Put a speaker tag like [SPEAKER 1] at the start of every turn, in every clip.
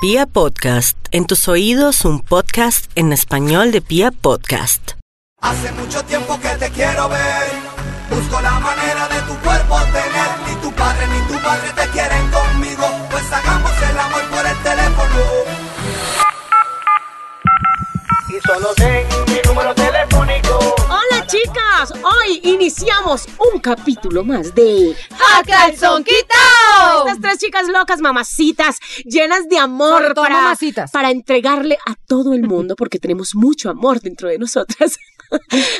[SPEAKER 1] Pia Podcast, en tus oídos un podcast en español de Pia Podcast.
[SPEAKER 2] Hace mucho tiempo que te quiero ver. Busco la manera de tu cuerpo tener. Ni tu padre ni tu padre te quieren conmigo. Pues hagamos el amor por el teléfono.
[SPEAKER 3] Y solo ten mi número telefónico.
[SPEAKER 4] Hola chicas, hoy iniciamos un capítulo más de
[SPEAKER 5] ¡A calzón quitao!
[SPEAKER 4] Estas tres chicas locas, mamacitas, llenas de amor
[SPEAKER 5] Sobre todo
[SPEAKER 4] para,
[SPEAKER 5] mamacitas.
[SPEAKER 4] para entregarle a todo el mundo porque tenemos mucho amor dentro de nosotras.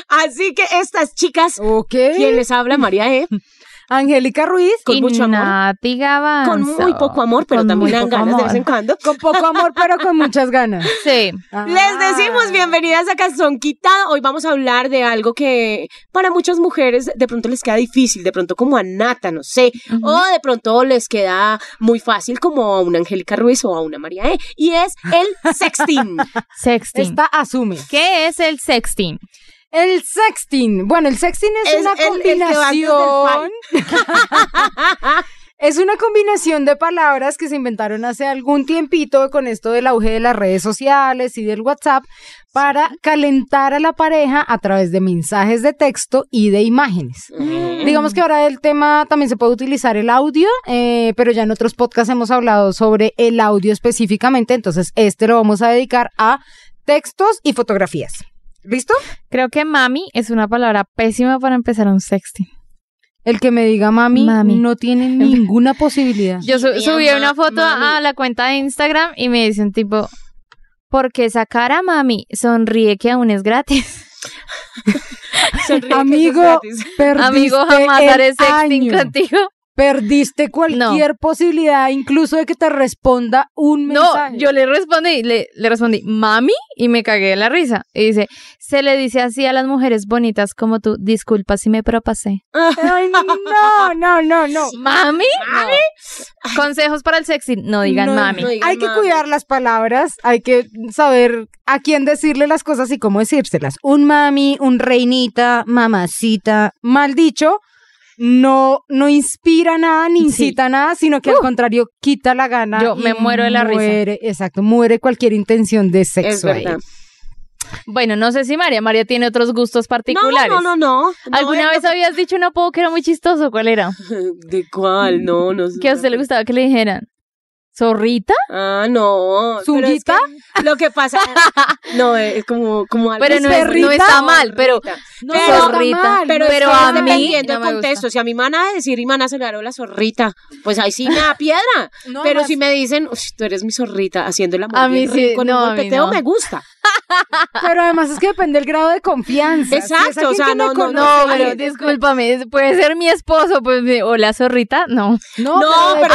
[SPEAKER 4] Así que estas chicas,
[SPEAKER 5] Ok.
[SPEAKER 4] quien les habla María E,
[SPEAKER 5] Angélica Ruiz.
[SPEAKER 4] con
[SPEAKER 6] Y
[SPEAKER 4] mucho amor,
[SPEAKER 6] Nati Gavanzo.
[SPEAKER 4] con muy poco amor, pero
[SPEAKER 6] Con
[SPEAKER 4] también
[SPEAKER 6] muy
[SPEAKER 4] dan
[SPEAKER 6] poco
[SPEAKER 4] ganas de
[SPEAKER 6] amor.
[SPEAKER 4] vez en cuando.
[SPEAKER 5] Con poco amor, pero con muchas ganas. Ah,
[SPEAKER 6] Sí.
[SPEAKER 4] Les decimos
[SPEAKER 5] bien
[SPEAKER 4] bienvenidas a Calzón Quitado. Hoy vamos a hablar de algo que para muchas mujeres de pronto les queda difícil, de pronto como a Nata, no sé, o de pronto les queda muy fácil como a una Angélica Ruiz o a una María E. Y es el sexting.
[SPEAKER 6] Sexting.
[SPEAKER 5] Esta asume.
[SPEAKER 6] ¿Qué es el sexting?
[SPEAKER 5] El sexting. Bueno, el sexting es,
[SPEAKER 4] Es
[SPEAKER 5] una
[SPEAKER 4] el- el que va antes del
[SPEAKER 5] combinación. es una combinación de palabras que se inventaron hace algún tiempito con esto del auge de las redes sociales y del WhatsApp para calentar a la pareja a través de mensajes de texto y de imágenes.
[SPEAKER 4] Mm.
[SPEAKER 5] Digamos que ahora el tema también se puede utilizar el audio, eh, pero ya en otros podcasts hemos hablado sobre el audio específicamente, entonces este lo vamos a dedicar a textos y fotografías. ¿Listo?
[SPEAKER 6] Creo que mami es una palabra pésima para empezar un sexting.
[SPEAKER 5] El que me diga mami,
[SPEAKER 6] Mami.
[SPEAKER 5] no tiene ninguna posibilidad.
[SPEAKER 6] Yo su-
[SPEAKER 4] Mira,
[SPEAKER 6] subí
[SPEAKER 4] ma-
[SPEAKER 6] una foto a
[SPEAKER 4] mami.
[SPEAKER 6] la cuenta de Instagram y me dicen tipo, porque esa cara, mami, sonríe que aún es gratis.
[SPEAKER 4] Sonríe, que eso es
[SPEAKER 5] Amigo,
[SPEAKER 4] gratis.
[SPEAKER 5] Perdiste
[SPEAKER 6] Amigo, jamás
[SPEAKER 5] el
[SPEAKER 6] haré sexting
[SPEAKER 5] año.
[SPEAKER 6] contigo.
[SPEAKER 5] Perdiste cualquier posibilidad, incluso de que te responda un mensaje.
[SPEAKER 6] No, yo le respondí, le, le respondí, mami, y me cagué de la risa. Y dice, se le dice así a las mujeres bonitas como tú, disculpa si me propasé.
[SPEAKER 5] Ay, no, no, no, no.
[SPEAKER 6] ¿Mami? Consejos para el sexting, no digan
[SPEAKER 5] No,
[SPEAKER 6] mami.
[SPEAKER 4] no digan
[SPEAKER 5] Hay que
[SPEAKER 4] mami.
[SPEAKER 5] cuidar las palabras, hay que saber a quién decirle las cosas y cómo decírselas. Un mami, un reinita, mamacita, mal dicho, no, no inspira nada ni
[SPEAKER 6] Sí.
[SPEAKER 5] incita nada, sino que al contrario quita la gana.
[SPEAKER 6] Yo
[SPEAKER 5] y
[SPEAKER 6] me muero de la risa.
[SPEAKER 5] muere, Exacto, muere cualquier intención de sexo.
[SPEAKER 4] Es
[SPEAKER 5] ahí.
[SPEAKER 4] verdad.
[SPEAKER 6] Bueno, no sé si María. María tiene otros gustos
[SPEAKER 4] No,
[SPEAKER 6] particulares.
[SPEAKER 4] no, no, no. no.
[SPEAKER 6] ¿Alguna
[SPEAKER 4] No,
[SPEAKER 6] vez habías dicho un apodo que era muy chistoso? ¿Cuál era?
[SPEAKER 4] ¿De cuál? No, no sé.
[SPEAKER 6] Que a usted le gustaba que le dijeran. ¿Zorrita?
[SPEAKER 4] Ah, no. pero es
[SPEAKER 5] ¿Zunguita?
[SPEAKER 4] que lo que pasa. No, es como, como algo
[SPEAKER 6] Pero no, es- no
[SPEAKER 4] perrita.
[SPEAKER 6] está mal, pero.
[SPEAKER 5] No,
[SPEAKER 4] Pero-
[SPEAKER 6] zorrita.
[SPEAKER 5] está mal,
[SPEAKER 4] Pero,
[SPEAKER 6] Pero
[SPEAKER 4] es que
[SPEAKER 6] a
[SPEAKER 4] es
[SPEAKER 6] mí
[SPEAKER 4] dependiendo
[SPEAKER 6] no
[SPEAKER 4] del
[SPEAKER 6] me gusta.
[SPEAKER 4] contexto. Si a mi me van a decir y me van a celebrar la zorrita, pues ahí sí me da piedra.
[SPEAKER 5] No,
[SPEAKER 4] Pero
[SPEAKER 5] más-
[SPEAKER 4] si me dicen, "Uy, tú eres mi zorrita, haciendo el amor
[SPEAKER 6] A
[SPEAKER 4] bien
[SPEAKER 6] mí sí,
[SPEAKER 4] rico en
[SPEAKER 6] no,
[SPEAKER 4] un
[SPEAKER 6] a mí
[SPEAKER 4] golpeteo,
[SPEAKER 6] no.
[SPEAKER 4] me gusta.
[SPEAKER 5] pero además es que depende el grado de confianza. Si es
[SPEAKER 4] Exacto, o
[SPEAKER 5] alguien
[SPEAKER 4] sea,
[SPEAKER 5] que me
[SPEAKER 4] no, no,
[SPEAKER 5] conoce,
[SPEAKER 6] No, pero
[SPEAKER 5] vale.
[SPEAKER 6] discúlpame. Puede ser mi esposo. Pues, me- hola, zorrita. No.
[SPEAKER 5] No,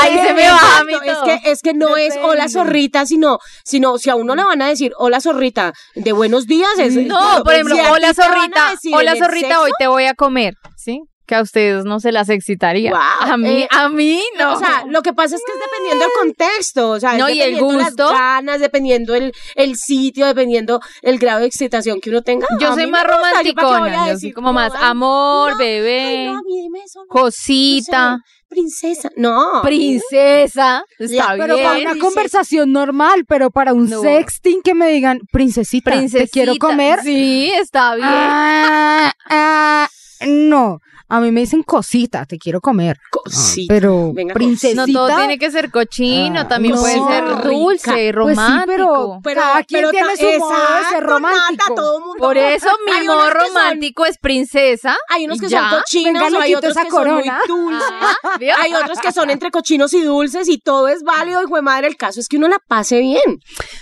[SPEAKER 6] ahí se me
[SPEAKER 5] depende.
[SPEAKER 6] baja a mí
[SPEAKER 4] Exacto,
[SPEAKER 6] todo.
[SPEAKER 4] Es que, es que no es hola
[SPEAKER 5] Depende.
[SPEAKER 4] zorrita, sino, sino si a uno le van a decir hola zorrita de buenos días, es.
[SPEAKER 6] No, por ejemplo,
[SPEAKER 4] pues, si a ti
[SPEAKER 6] hola,
[SPEAKER 4] te van a
[SPEAKER 6] zorrita.
[SPEAKER 4] decir
[SPEAKER 6] Hola,
[SPEAKER 4] en el
[SPEAKER 6] zorrita. Hoy te voy a comer. ¿Sí? Que a ustedes no se las excitaría.
[SPEAKER 4] Guau,
[SPEAKER 6] a mí,
[SPEAKER 4] eh,
[SPEAKER 6] a mí no.
[SPEAKER 4] O sea, lo que pasa es que es dependiendo del contexto, o sea, es
[SPEAKER 6] No, y el
[SPEAKER 4] dependiendo las
[SPEAKER 6] gusto.
[SPEAKER 4] ganas, dependiendo el, el sitio, dependiendo el grado de excitación que uno tenga.
[SPEAKER 6] yo
[SPEAKER 4] A
[SPEAKER 6] soy
[SPEAKER 4] mí
[SPEAKER 6] más
[SPEAKER 4] me gusta, ¿yo para qué voy a
[SPEAKER 6] romanticona. Yo soy
[SPEAKER 4] decir
[SPEAKER 6] como más
[SPEAKER 4] ay,
[SPEAKER 6] amor,
[SPEAKER 4] no,
[SPEAKER 6] bebé,
[SPEAKER 4] ay, no, a mí dime eso, no,
[SPEAKER 6] cosita.
[SPEAKER 4] no sé, princesa. No.
[SPEAKER 6] Princesa, está
[SPEAKER 5] Pero para
[SPEAKER 6] bien.
[SPEAKER 5] una conversación normal, pero para un
[SPEAKER 6] No.
[SPEAKER 5] sexting que me digan, princesita,
[SPEAKER 6] Princesita,
[SPEAKER 5] te quiero comer.
[SPEAKER 6] Sí, está bien.
[SPEAKER 5] Ah, ah, no, a mí me dicen cosita, te quiero comer.
[SPEAKER 4] Cosita.
[SPEAKER 5] Ah, pero
[SPEAKER 4] Venga,
[SPEAKER 5] princesita.
[SPEAKER 6] no todo tiene que ser cochino,
[SPEAKER 5] Ah,
[SPEAKER 6] también
[SPEAKER 5] no,
[SPEAKER 6] puede ser
[SPEAKER 4] rica.
[SPEAKER 6] dulce,
[SPEAKER 5] Pues sí,
[SPEAKER 6] romántico.
[SPEAKER 5] pero cada quien tiene
[SPEAKER 4] ta-
[SPEAKER 5] su modo de
[SPEAKER 4] exacto,
[SPEAKER 5] ser
[SPEAKER 4] Nata,
[SPEAKER 5] romántico.
[SPEAKER 4] todo mundo-
[SPEAKER 6] Por eso mi
[SPEAKER 4] Hay unos
[SPEAKER 6] amor
[SPEAKER 4] que son-
[SPEAKER 6] romántico es princesa.
[SPEAKER 4] Hay unos que
[SPEAKER 6] Ya.
[SPEAKER 4] son cochinos,
[SPEAKER 5] Venga, le
[SPEAKER 4] hay
[SPEAKER 5] quito
[SPEAKER 4] otros
[SPEAKER 5] esa
[SPEAKER 4] que
[SPEAKER 5] corona.
[SPEAKER 4] son muy dulces.
[SPEAKER 6] Ah, ¿vio?
[SPEAKER 4] Hay otros que son entre cochinos y dulces y todo es válido, hijo de madre. El caso es que uno la pase bien.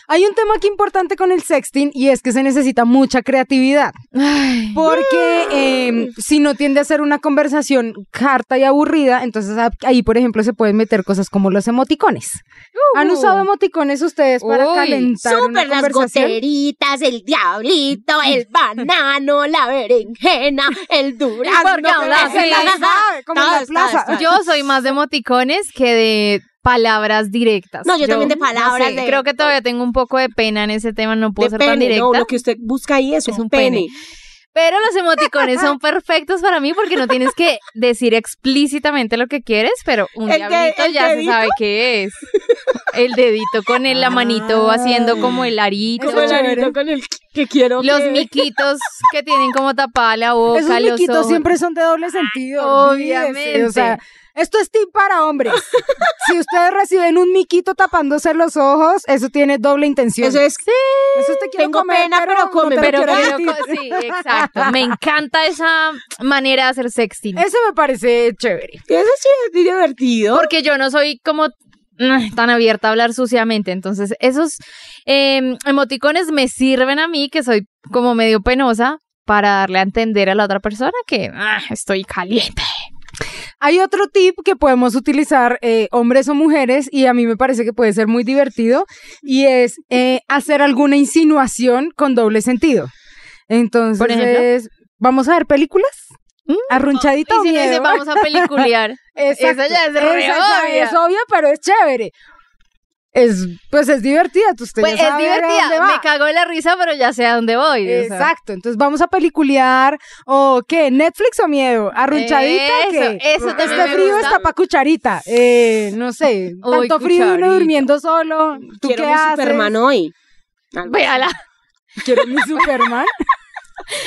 [SPEAKER 5] Hay un tema aquí importante con el sexting y es que se necesita mucha creatividad.
[SPEAKER 6] Ay,
[SPEAKER 5] Porque eh, si no tiende a ser una conversación harta y aburrida, entonces a- ahí, por ejemplo, se pueden meter cosas como los emoticones. ¿Han
[SPEAKER 6] Uh.
[SPEAKER 5] usado emoticones ustedes para
[SPEAKER 6] Uy,
[SPEAKER 5] calentar una
[SPEAKER 4] Uh. Súper las
[SPEAKER 5] conversación? Mm.
[SPEAKER 4] goteritas, el diablito, el banano, la berenjena, el durazno.
[SPEAKER 6] por qué hablas
[SPEAKER 4] el-
[SPEAKER 6] así?
[SPEAKER 5] Ah, como en la
[SPEAKER 4] Todas,
[SPEAKER 5] plaza.
[SPEAKER 4] todas, todas.
[SPEAKER 6] Yo soy más de emoticones que de palabras directas.
[SPEAKER 4] No, yo también de palabras
[SPEAKER 6] sé,
[SPEAKER 4] de-
[SPEAKER 6] creo que todavía tengo un poco de pena en ese tema, no puedo
[SPEAKER 4] De
[SPEAKER 6] ser tan
[SPEAKER 4] pene,
[SPEAKER 6] directa.
[SPEAKER 4] no, lo que usted busca ahí es, un, pene.
[SPEAKER 6] Pero los emoticones son perfectos para mí porque no tienes que decir explícitamente lo que quieres, pero un
[SPEAKER 4] ¿El de-
[SPEAKER 6] diablito
[SPEAKER 4] el
[SPEAKER 6] ya se
[SPEAKER 4] dedito?
[SPEAKER 6] sabe qué es. El dedito con el, la manito haciendo como el arito.
[SPEAKER 4] Como el
[SPEAKER 5] chévere.
[SPEAKER 4] arito con el que quiero.
[SPEAKER 6] Los
[SPEAKER 4] que-
[SPEAKER 6] miquitos que tienen como tapada la boca,
[SPEAKER 5] Esos
[SPEAKER 6] los
[SPEAKER 5] miquitos
[SPEAKER 6] ojos.
[SPEAKER 5] siempre son de doble sentido.
[SPEAKER 6] obviamente.
[SPEAKER 5] olvídese, O sea, esto es tip para hombres. si ustedes reciben un miquito tapándose los ojos, eso tiene doble intención.
[SPEAKER 4] Eso es
[SPEAKER 5] Eso te quiero
[SPEAKER 4] Tengo
[SPEAKER 5] comer,
[SPEAKER 4] pena, pero
[SPEAKER 5] no te lo
[SPEAKER 4] cómeme.
[SPEAKER 6] Pero,
[SPEAKER 5] quiero
[SPEAKER 6] pero
[SPEAKER 5] decir.
[SPEAKER 6] co- sí, exacto. Me encanta esa manera de hacer sexting.
[SPEAKER 5] Eso me parece chévere.
[SPEAKER 4] Eso sí es divertido.
[SPEAKER 6] Porque yo no soy como mm, tan abierta a hablar suciamente. Entonces, esos eh, emoticones me sirven a mí, que soy como medio penosa, para darle a entender a la otra persona que ah, estoy caliente.
[SPEAKER 5] Hay otro tip que podemos utilizar eh, hombres o mujeres y a mí me parece que puede ser muy divertido y es eh, hacer alguna insinuación con doble sentido. Entonces,
[SPEAKER 6] ¿Por ejemplo?
[SPEAKER 5] es- vamos a ver películas.
[SPEAKER 6] Mm.
[SPEAKER 5] Arrunchadita o
[SPEAKER 6] Y si no
[SPEAKER 5] miedo.
[SPEAKER 6] dice, vamos a peliculear.
[SPEAKER 5] Exacto.
[SPEAKER 6] Esa ya es re
[SPEAKER 5] Esa ya
[SPEAKER 6] obvia.
[SPEAKER 5] es obvia, pero es chévere. Es, pues es divertida, tú usted
[SPEAKER 6] Pues
[SPEAKER 5] ya
[SPEAKER 6] es
[SPEAKER 5] sabe a dónde
[SPEAKER 6] divertida.
[SPEAKER 5] va.
[SPEAKER 6] Me cago en la risa, pero ya sé a dónde voy. o sea.
[SPEAKER 5] Exacto, entonces vamos a peliculear o qué, Netflix o miedo, arrunchadadita o
[SPEAKER 6] Eso,
[SPEAKER 5] qué?
[SPEAKER 6] eso también
[SPEAKER 5] Este
[SPEAKER 6] me
[SPEAKER 5] frío
[SPEAKER 6] gusta.
[SPEAKER 5] está pa' cucharita, eh, no sé,
[SPEAKER 6] Uy,
[SPEAKER 5] tanto frío uno
[SPEAKER 6] cucharita.
[SPEAKER 5] durmiendo solo, ¿tú
[SPEAKER 4] quiero
[SPEAKER 5] qué
[SPEAKER 4] mi
[SPEAKER 5] haces?
[SPEAKER 4] Superman hoy. Algo
[SPEAKER 6] Véala.
[SPEAKER 5] Quiero mi Superman.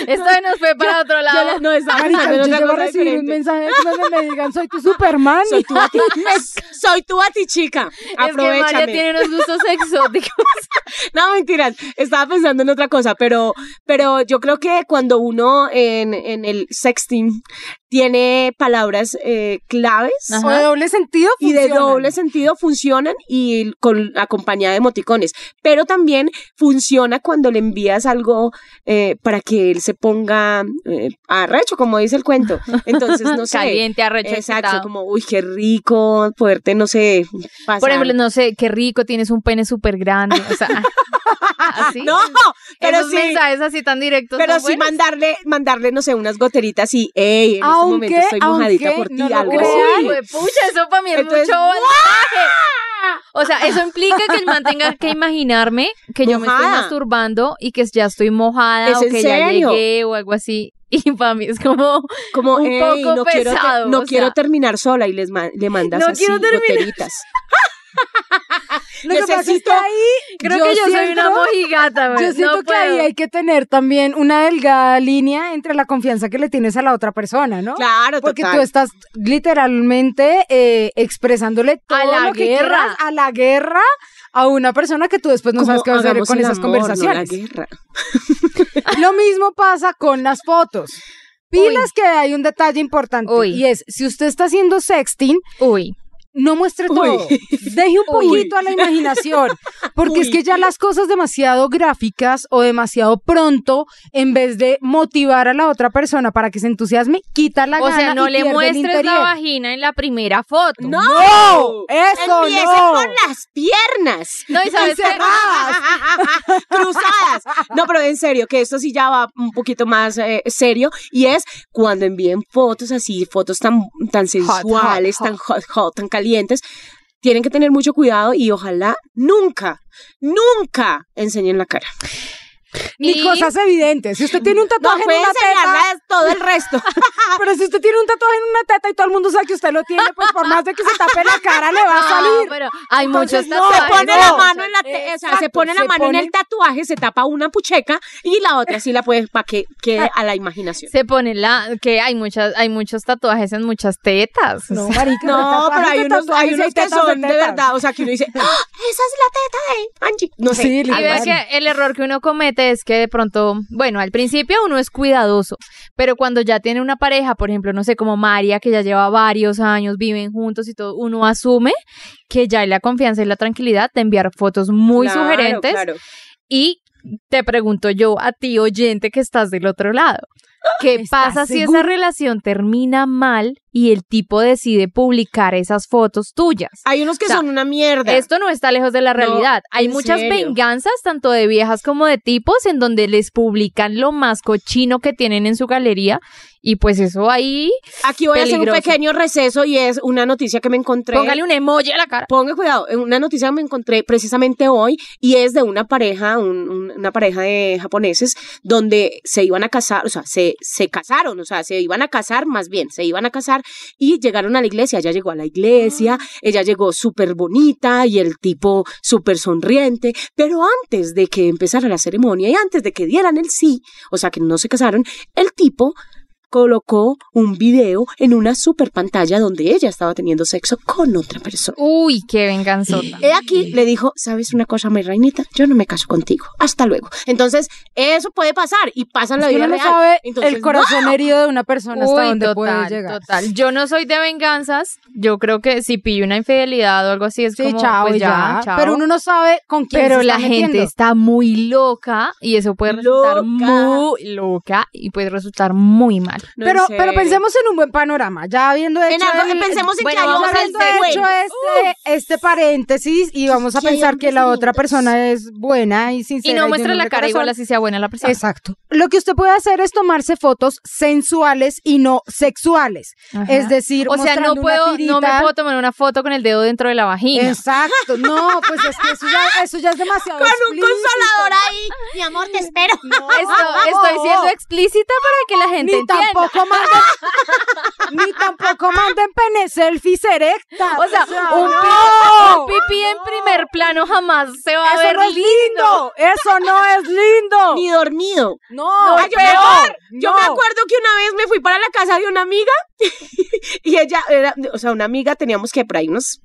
[SPEAKER 6] Esto nos fue para otro
[SPEAKER 4] así. Yo
[SPEAKER 6] lado.
[SPEAKER 4] la- no, estaba
[SPEAKER 5] Marica,
[SPEAKER 4] pensando en
[SPEAKER 5] yo
[SPEAKER 4] otra
[SPEAKER 5] llego a
[SPEAKER 4] cosa
[SPEAKER 5] recibir un
[SPEAKER 4] diferente.
[SPEAKER 5] mensaje donde me digan, soy tu Superman.
[SPEAKER 4] Soy tu bati- Soy tu batichica.
[SPEAKER 6] Es que Maya
[SPEAKER 4] Aprovechame.
[SPEAKER 6] tiene unos gustos exóticos.
[SPEAKER 4] No, mentiras. Estaba pensando en otra cosa, pero, pero yo creo que cuando uno en, en el sexting tiene palabras eh, claves
[SPEAKER 6] Ah,
[SPEAKER 5] O de doble sentido
[SPEAKER 4] y de
[SPEAKER 5] funcionan.
[SPEAKER 4] doble sentido funcionan y con acompañada de emoticones. Pero también funciona cuando le envías algo eh, para que él se ponga eh, arrecho, como dice el cuento. Entonces, no sé.
[SPEAKER 6] Caliente, arrecho,
[SPEAKER 4] Exacto,
[SPEAKER 6] excitado.
[SPEAKER 4] como, uy, qué rico poderte, no sé, pasar.
[SPEAKER 6] Por ejemplo, no sé, qué rico, tienes un pene súper grande. O sea, así.
[SPEAKER 4] no, pero
[SPEAKER 6] Esos
[SPEAKER 4] sí,
[SPEAKER 6] mensajes así tan directos.
[SPEAKER 4] pero
[SPEAKER 6] son
[SPEAKER 4] sí
[SPEAKER 6] buenos.
[SPEAKER 4] mandarle, mandarle, no sé, unas goteritas y, hey, en
[SPEAKER 5] Aunque-
[SPEAKER 4] este momento estoy mojadita
[SPEAKER 5] aunque
[SPEAKER 4] por ti,
[SPEAKER 5] no lo
[SPEAKER 4] algo
[SPEAKER 5] crean,
[SPEAKER 4] así.
[SPEAKER 6] Uy, pucha, eso para mí es
[SPEAKER 4] Entonces,
[SPEAKER 6] mucho voltaje. O sea, eso implica que el man tenga que imaginarme que yo me estoy
[SPEAKER 4] Mojada.
[SPEAKER 6] masturbando y que ya estoy mojada
[SPEAKER 4] ¿Es
[SPEAKER 6] o
[SPEAKER 4] en
[SPEAKER 6] que ya
[SPEAKER 4] serio?
[SPEAKER 6] llegué o algo así. Y para mí es como,
[SPEAKER 4] Como,
[SPEAKER 6] un
[SPEAKER 4] "Ey,
[SPEAKER 6] poco
[SPEAKER 4] no quiero,
[SPEAKER 6] pesado,
[SPEAKER 4] te- no
[SPEAKER 6] o
[SPEAKER 4] quiero
[SPEAKER 6] sea.
[SPEAKER 4] terminar sola y les ma- le mandas
[SPEAKER 6] No
[SPEAKER 4] así
[SPEAKER 6] quiero terminar.
[SPEAKER 4] goteritas.
[SPEAKER 5] Lo que pasa es que
[SPEAKER 4] Necesito-
[SPEAKER 5] ahí
[SPEAKER 6] creo que yo soy una
[SPEAKER 5] siento-
[SPEAKER 6] mojigata, güey.
[SPEAKER 5] Yo siento
[SPEAKER 6] no
[SPEAKER 5] que ahí
[SPEAKER 6] puedo.
[SPEAKER 5] hay que tener también una delgada línea entre la confianza que le tienes a la otra persona, ¿no?
[SPEAKER 4] Claro,
[SPEAKER 5] Porque
[SPEAKER 4] total.
[SPEAKER 5] tú estás literalmente eh, expresándole todo
[SPEAKER 6] A la
[SPEAKER 5] lo que
[SPEAKER 6] guerra.
[SPEAKER 5] quieras, a la guerra a una persona que tú después no sabes qué
[SPEAKER 4] Como
[SPEAKER 5] vas a hacer
[SPEAKER 4] hagamos
[SPEAKER 5] con
[SPEAKER 4] el
[SPEAKER 5] esas
[SPEAKER 4] amor, no la
[SPEAKER 5] conversaciones.
[SPEAKER 4] guerra.
[SPEAKER 5] lo mismo pasa con las fotos. Pilas que hay un detalle importante
[SPEAKER 6] Uy.
[SPEAKER 5] y es si usted está haciendo sexting,
[SPEAKER 6] Uy.
[SPEAKER 5] no muestre
[SPEAKER 4] Uy.
[SPEAKER 5] todo. Deje un
[SPEAKER 4] Uy.
[SPEAKER 5] poquito a la imaginación. Porque es
[SPEAKER 4] Uy.
[SPEAKER 5] que ya las cosas demasiado gráficas o demasiado pronto, en vez de motivar a la otra persona para que se entusiasme, quita la
[SPEAKER 6] O
[SPEAKER 5] gana
[SPEAKER 6] sea, no
[SPEAKER 5] y
[SPEAKER 6] le
[SPEAKER 5] pierde el
[SPEAKER 6] muestres la
[SPEAKER 5] interior.
[SPEAKER 6] vagina en la primera foto.
[SPEAKER 4] ¡No!
[SPEAKER 5] ¡Eso
[SPEAKER 4] Empiece
[SPEAKER 5] no!
[SPEAKER 4] con las piernas.
[SPEAKER 6] No, y sabes qué?
[SPEAKER 4] Cruzadas. No, pero en serio, que esto sí ya va un poquito más eh, serio. Y es cuando envíen fotos así, fotos tan, tan sensuales, tan hot, hot, tan calientes. Tienen que tener mucho cuidado y ojalá nunca, nunca enseñen la cara.
[SPEAKER 5] Ni
[SPEAKER 6] Y-
[SPEAKER 5] cosas evidentes. Si usted tiene un
[SPEAKER 4] No
[SPEAKER 5] tatuaje en
[SPEAKER 4] pueden
[SPEAKER 5] una teta,
[SPEAKER 4] enseñarla todo el resto.
[SPEAKER 5] pero si usted tiene un tatuaje en una teta y todo el mundo sabe que usted lo tiene, pues por más de que se tape la cara, le va a
[SPEAKER 6] No,
[SPEAKER 5] salir.
[SPEAKER 6] Ah, pero hay
[SPEAKER 5] Entonces,
[SPEAKER 6] muchos
[SPEAKER 5] no,
[SPEAKER 6] tatuajes.
[SPEAKER 4] se pone
[SPEAKER 6] Eh,
[SPEAKER 5] no.
[SPEAKER 4] la mano en la te- o sea,
[SPEAKER 5] Exacto,
[SPEAKER 4] se pone la
[SPEAKER 5] se
[SPEAKER 4] mano
[SPEAKER 5] pone-
[SPEAKER 4] en el tatuaje, se tapa una pucheca y la otra sí la puede para que quede a la imaginación.
[SPEAKER 6] Se pone la que hay muchas hay muchos tatuajes en muchas tetas.
[SPEAKER 5] No, marica,
[SPEAKER 4] No,
[SPEAKER 5] tatuajes
[SPEAKER 4] pero hay
[SPEAKER 5] de
[SPEAKER 4] unos,
[SPEAKER 5] tatuajes
[SPEAKER 4] hay
[SPEAKER 5] y
[SPEAKER 4] unos que
[SPEAKER 5] tetas
[SPEAKER 4] son de
[SPEAKER 5] tetas.
[SPEAKER 4] verdad, o sea, que uno dice, "Ah, esa es la teta de Angie. No sé.
[SPEAKER 5] Sí,
[SPEAKER 6] Y vea
[SPEAKER 5] literal.
[SPEAKER 6] que el error que uno comete es que de pronto, bueno, al principio uno es cuidadoso, pero cuando ya tiene una pareja, por ejemplo, no sé, como María, que ya lleva varios años, viven juntos y todo, uno asume que ya hay la confianza y la tranquilidad de enviar fotos muy
[SPEAKER 4] Claro,
[SPEAKER 6] sugerentes
[SPEAKER 4] claro.
[SPEAKER 6] y te pregunto yo a ti oyente que estás del otro lado, ¿qué
[SPEAKER 5] ¿Estás
[SPEAKER 6] pasa si esa
[SPEAKER 5] seguro?
[SPEAKER 6] relación termina mal y el tipo decide publicar esas fotos tuyas.
[SPEAKER 4] Hay unos que
[SPEAKER 6] O sea,
[SPEAKER 4] son una mierda.
[SPEAKER 6] Esto no está lejos de la
[SPEAKER 4] Ah, No,
[SPEAKER 6] realidad. Hay
[SPEAKER 4] en
[SPEAKER 6] muchas
[SPEAKER 4] serio.
[SPEAKER 6] venganzas, tanto de viejas como de tipos, en donde les publican lo más cochino que tienen en su galería. Y pues eso ahí,
[SPEAKER 4] Aquí voy a hacer
[SPEAKER 6] peligroso.
[SPEAKER 4] un pequeño receso y es una noticia que me encontré.
[SPEAKER 6] póngale un emoji a la cara.
[SPEAKER 4] Ponga cuidado, en una noticia que me encontré precisamente hoy y es de una pareja, un- un- una pareja de japoneses donde se iban a casar, o sea, se, se casaron, o sea, se iban a casar más bien, se iban a casar y llegaron a la iglesia, ella llegó a la iglesia, ella llegó súper bonita y el tipo súper sonriente, pero antes de que empezara la ceremonia y antes de que dieran el sí, o sea, que no se casaron, el tipo colocó un video en una super pantalla donde ella estaba teniendo sexo con otra persona.
[SPEAKER 6] Uy, qué venganzota.
[SPEAKER 4] He aquí le dijo, ¿sabes una cosa, mi reinita? Yo no me caso contigo. Hasta luego. Entonces, eso puede pasar y pasa en la
[SPEAKER 5] Es que
[SPEAKER 4] vida
[SPEAKER 5] uno no
[SPEAKER 4] real.
[SPEAKER 5] sabe
[SPEAKER 4] Entonces,
[SPEAKER 5] el corazón herido de una persona hasta
[SPEAKER 6] Uy,
[SPEAKER 5] dónde puede
[SPEAKER 6] total,
[SPEAKER 5] llegar.
[SPEAKER 6] total. Yo no soy de venganzas. Yo creo que si pillo una infidelidad o algo así es
[SPEAKER 5] Sí,
[SPEAKER 6] como,
[SPEAKER 5] chao,
[SPEAKER 6] pues
[SPEAKER 5] ya.
[SPEAKER 6] ya, chao.
[SPEAKER 5] Pero uno no sabe con quién
[SPEAKER 6] Pero
[SPEAKER 5] se
[SPEAKER 6] la
[SPEAKER 5] está
[SPEAKER 6] gente
[SPEAKER 5] metiendo.
[SPEAKER 6] está muy loca y eso puede resultar
[SPEAKER 4] Loca.
[SPEAKER 6] muy loca y puede resultar muy mal.
[SPEAKER 4] no,
[SPEAKER 5] pero,
[SPEAKER 4] en
[SPEAKER 5] pero
[SPEAKER 4] serio.
[SPEAKER 5] pensemos en un buen panorama, ya habiendo hecho,
[SPEAKER 4] En algo-
[SPEAKER 5] el-
[SPEAKER 4] pensemos en
[SPEAKER 6] bueno,
[SPEAKER 4] que hay
[SPEAKER 6] vamos
[SPEAKER 4] hombres
[SPEAKER 6] al
[SPEAKER 5] habiendo
[SPEAKER 4] buenos.
[SPEAKER 5] hecho este, este paréntesis y vamos a
[SPEAKER 4] que hay
[SPEAKER 5] pensar que
[SPEAKER 4] hombres
[SPEAKER 5] la otra
[SPEAKER 4] lindos.
[SPEAKER 5] persona es buena y
[SPEAKER 6] Y
[SPEAKER 5] sincera.
[SPEAKER 6] no
[SPEAKER 5] de
[SPEAKER 6] muestra
[SPEAKER 5] un
[SPEAKER 6] la
[SPEAKER 5] noble
[SPEAKER 6] cara igual
[SPEAKER 5] corazón.
[SPEAKER 6] así sea buena la persona.
[SPEAKER 5] Exacto. Lo que usted puede hacer es tomarse fotos sensuales y no sexuales.
[SPEAKER 6] Ajá.
[SPEAKER 5] Es decir,
[SPEAKER 6] o sea,
[SPEAKER 5] mostrando
[SPEAKER 6] no
[SPEAKER 5] una
[SPEAKER 6] puedo, no me
[SPEAKER 5] tirita.
[SPEAKER 6] puedo tomar una foto con el dedo dentro de la vagina.
[SPEAKER 5] Exacto. No, pues es que eso ya, eso ya es demasiado.
[SPEAKER 4] Con un
[SPEAKER 5] explícito.
[SPEAKER 4] consolador ahí. Mi amor, te espero.
[SPEAKER 6] Esto- estoy siendo explícita para que la gente
[SPEAKER 5] Ni
[SPEAKER 6] entienda.
[SPEAKER 5] tampoco manden, ni tampoco manden pene selfies erectas.
[SPEAKER 6] O sea, un, pi-
[SPEAKER 5] no.
[SPEAKER 6] un pipí en primer plano jamás se va a
[SPEAKER 5] eso
[SPEAKER 6] ver
[SPEAKER 5] no es
[SPEAKER 6] lindo.
[SPEAKER 5] lindo. Eso no es lindo.
[SPEAKER 4] Ni dormido.
[SPEAKER 5] No,
[SPEAKER 4] Ay, yo, me acuerdo- yo me acuerdo que una vez me fui para la casa de una amiga y ella era, o sea, una amiga teníamos que por ahí unos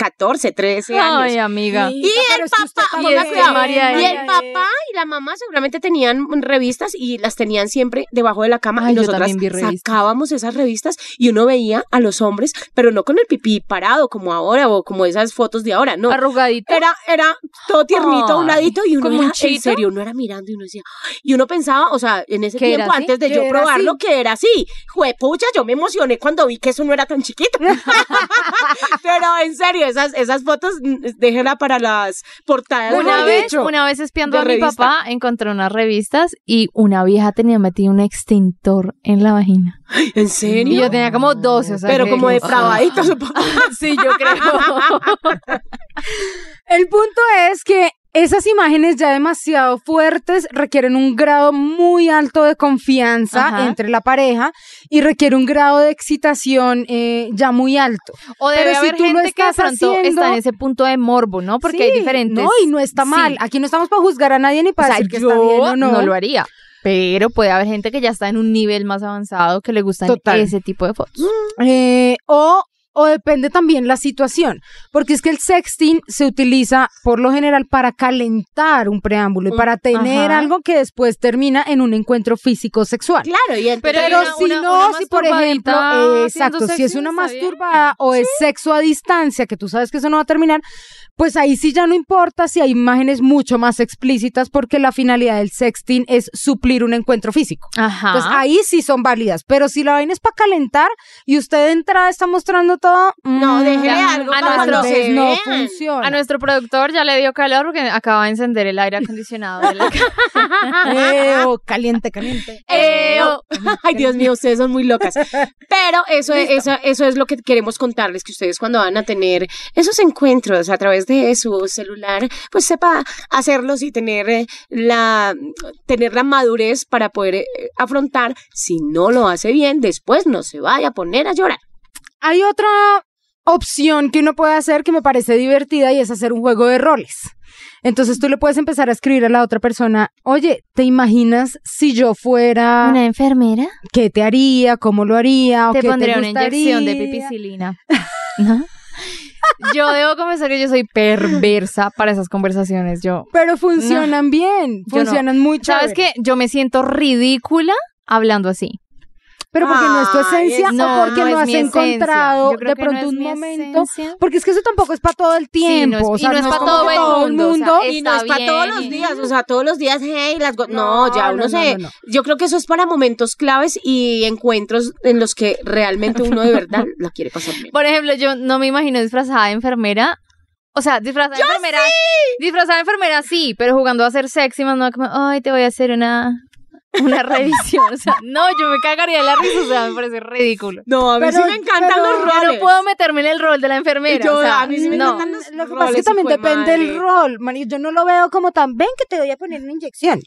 [SPEAKER 4] 14, 13 años.
[SPEAKER 6] Ay, amiga.
[SPEAKER 4] Y el papá,
[SPEAKER 6] está
[SPEAKER 4] ponga
[SPEAKER 6] bien,
[SPEAKER 4] cuidado,
[SPEAKER 6] María,
[SPEAKER 4] y
[SPEAKER 6] María,
[SPEAKER 4] el papá y la mamá seguramente tenían revistas y las tenían siempre debajo de la cama
[SPEAKER 6] Ay,
[SPEAKER 4] y
[SPEAKER 6] yo
[SPEAKER 4] nosotras
[SPEAKER 6] también vi revistas.
[SPEAKER 4] sacábamos esas revistas y uno veía a los hombres, pero no con el pipí parado como ahora o como esas fotos de ahora, no.
[SPEAKER 6] Arrugadita.
[SPEAKER 5] Eh,
[SPEAKER 4] Era, era todo tiernito a un
[SPEAKER 6] Ay,
[SPEAKER 4] ladito y uno
[SPEAKER 6] ¿como
[SPEAKER 4] era,
[SPEAKER 6] un
[SPEAKER 4] en
[SPEAKER 6] chito?
[SPEAKER 4] serio, uno era mirando y uno decía, ¡ay! y uno pensaba, o sea, en ese
[SPEAKER 6] ¿Que era
[SPEAKER 4] tiempo
[SPEAKER 6] así?
[SPEAKER 4] antes de
[SPEAKER 5] ¿Que
[SPEAKER 4] yo
[SPEAKER 5] era
[SPEAKER 4] probarlo
[SPEAKER 5] así?
[SPEAKER 4] que era así. Juepucha, yo me emocioné cuando vi que eso no era tan chiquito. Pero en serio, esas, esas fotos, mm, déjela para las portadas.
[SPEAKER 5] Mejor
[SPEAKER 6] Una vez,
[SPEAKER 5] dicho,
[SPEAKER 6] una vez espiando
[SPEAKER 4] de
[SPEAKER 6] a mi
[SPEAKER 4] revista.
[SPEAKER 6] papá, encontré unas revistas y una vieja tenía metido un extintor en la vagina.
[SPEAKER 4] ¿En
[SPEAKER 6] Y
[SPEAKER 4] serio?
[SPEAKER 6] yo tenía como 12, o sea.
[SPEAKER 4] Pero
[SPEAKER 6] que-
[SPEAKER 4] como depravadito, supongo.
[SPEAKER 6] Sí, yo creo.
[SPEAKER 5] El punto es que esas imágenes ya demasiado fuertes requieren un grado muy alto de confianza
[SPEAKER 6] Ajá.
[SPEAKER 5] entre la pareja y requiere un grado de excitación eh, ya muy alto.
[SPEAKER 6] O debe
[SPEAKER 5] Pero si
[SPEAKER 6] haber
[SPEAKER 5] tú lo
[SPEAKER 6] gente que de
[SPEAKER 5] estás
[SPEAKER 6] pronto
[SPEAKER 5] haciendo-
[SPEAKER 6] está en ese punto de morbo, ¿no? Porque hay
[SPEAKER 5] Sí,
[SPEAKER 6] diferentes.
[SPEAKER 5] No, y no está
[SPEAKER 6] Sí.
[SPEAKER 5] mal. Aquí no estamos para juzgar a nadie ni
[SPEAKER 6] O
[SPEAKER 5] para
[SPEAKER 6] sea,
[SPEAKER 5] decir que
[SPEAKER 6] yo
[SPEAKER 5] está bien o no.
[SPEAKER 6] no. lo haría. Pero puede haber gente que ya está en un nivel más avanzado que le gustan
[SPEAKER 5] Total.
[SPEAKER 6] ese tipo de fotos.
[SPEAKER 5] Eh, o, o depende también la situación, porque es que el sexting se utiliza por lo general para calentar un preámbulo y para tener
[SPEAKER 6] ajá.
[SPEAKER 5] algo que después termina en un encuentro físico sexual.
[SPEAKER 4] Claro, y entonces-
[SPEAKER 5] Pero,
[SPEAKER 6] Pero
[SPEAKER 5] si
[SPEAKER 6] una-
[SPEAKER 5] no,
[SPEAKER 6] una
[SPEAKER 5] si por
[SPEAKER 6] masturbadita
[SPEAKER 5] ejemplo, eh,
[SPEAKER 6] haciendo
[SPEAKER 5] exacto, si es
[SPEAKER 6] sexting
[SPEAKER 5] una
[SPEAKER 6] está bien.
[SPEAKER 5] masturbada o es sexo a distancia, que tú sabes que eso no va a terminar, pues ahí sí ya no importa si hay imágenes mucho más explícitas porque la finalidad del sexting es suplir un encuentro físico.
[SPEAKER 6] Ajá.
[SPEAKER 5] Entonces pues, ahí sí son válidas, pero si la vaina es para calentar y usted de entrada está mostrando todo,
[SPEAKER 4] No,
[SPEAKER 5] mm,
[SPEAKER 4] déjele
[SPEAKER 5] ya
[SPEAKER 4] algo
[SPEAKER 6] a
[SPEAKER 4] para cuando
[SPEAKER 5] tal
[SPEAKER 6] nuestros-
[SPEAKER 4] se
[SPEAKER 5] vez no
[SPEAKER 4] vean.
[SPEAKER 6] a
[SPEAKER 5] funciona.
[SPEAKER 6] nuestro productor ya le dio calor porque acaba de encender el aire acondicionado de la casa.
[SPEAKER 5] Eh, oh, caliente, caliente.
[SPEAKER 4] Eh, oh. Ay, Dios mío, ustedes son muy locas. Pero eso, es- eso, eso es lo que queremos contarles, que ustedes cuando van a tener esos encuentros a través de su celular, pues sepa hacerlos y tener eh, la, tener la madurez para poder eh, afrontar. Si no lo hace bien, después no se vaya a poner a llorar.
[SPEAKER 5] Hay otra opción que uno puede hacer que me parece divertida y es hacer un juego de roles. Entonces tú le puedes empezar a escribir a la otra persona, oye, ¿te imaginas si yo fuera?
[SPEAKER 6] ¿Una enfermera?
[SPEAKER 5] ¿Qué te haría? ¿Cómo lo haría? ¿O
[SPEAKER 6] te
[SPEAKER 5] qué
[SPEAKER 6] pondría una
[SPEAKER 5] gustaría?"
[SPEAKER 6] inyección de pipicilina. ¿No? Yo debo confesar que yo soy perversa para esas conversaciones. Yo,
[SPEAKER 5] Pero funcionan bien,
[SPEAKER 6] yo no.
[SPEAKER 5] funcionan muy
[SPEAKER 6] ¿sabes
[SPEAKER 5] chévere.
[SPEAKER 6] qué? Yo me siento ridícula hablando así.
[SPEAKER 5] pero porque no es tu
[SPEAKER 4] Ay,
[SPEAKER 5] esencia
[SPEAKER 6] No,
[SPEAKER 5] o porque
[SPEAKER 6] no
[SPEAKER 5] no,
[SPEAKER 6] es
[SPEAKER 5] has
[SPEAKER 6] mi esencia.
[SPEAKER 5] encontrado
[SPEAKER 6] Yo creo
[SPEAKER 5] de
[SPEAKER 6] que no
[SPEAKER 5] pronto
[SPEAKER 6] es
[SPEAKER 5] un
[SPEAKER 6] mi
[SPEAKER 5] momento.
[SPEAKER 6] esencia.
[SPEAKER 5] Porque es que eso tampoco es para todo el
[SPEAKER 6] Sí, no
[SPEAKER 5] tiempo.
[SPEAKER 6] es-
[SPEAKER 5] o
[SPEAKER 6] y
[SPEAKER 5] sea,
[SPEAKER 6] no es pa'
[SPEAKER 5] como
[SPEAKER 6] todo
[SPEAKER 5] que
[SPEAKER 6] el mundo, o sea, es-
[SPEAKER 4] Y no
[SPEAKER 6] Está
[SPEAKER 4] es para todos
[SPEAKER 6] bien,
[SPEAKER 4] los
[SPEAKER 6] y-
[SPEAKER 4] días, o sea, todos los días, hey, las go- no,
[SPEAKER 5] No,
[SPEAKER 4] ya uno
[SPEAKER 5] no,
[SPEAKER 4] se,
[SPEAKER 5] no, no, no.
[SPEAKER 4] yo creo que eso es para momentos claves y encuentros en los que realmente uno de verdad la quiere pasar bien.
[SPEAKER 6] Por ejemplo, yo no me imagino disfrazada de enfermera. O sea, disfrazada de enfermera. Disfrazada de enfermera sí, pero jugando a ser sexy, más no como, ay, te voy a hacer una, una revisión. O sea, no, yo me cagaría de la risa, o sea, me parece ridículo.
[SPEAKER 4] No, a mí
[SPEAKER 5] Pero-
[SPEAKER 4] sí me encantan
[SPEAKER 5] pero-
[SPEAKER 4] los roles.
[SPEAKER 6] Pero puedo meterme en el rol de la enfermera.
[SPEAKER 4] Yo-
[SPEAKER 6] o sea,
[SPEAKER 4] a mí sí me
[SPEAKER 6] no.
[SPEAKER 4] encantan los
[SPEAKER 5] Lo que pasa es que
[SPEAKER 4] roles,
[SPEAKER 5] también
[SPEAKER 4] hijo de
[SPEAKER 5] depende del
[SPEAKER 4] madre.
[SPEAKER 5] rol, Mari. Yo no lo veo como tan, ven que te voy a poner una inyección.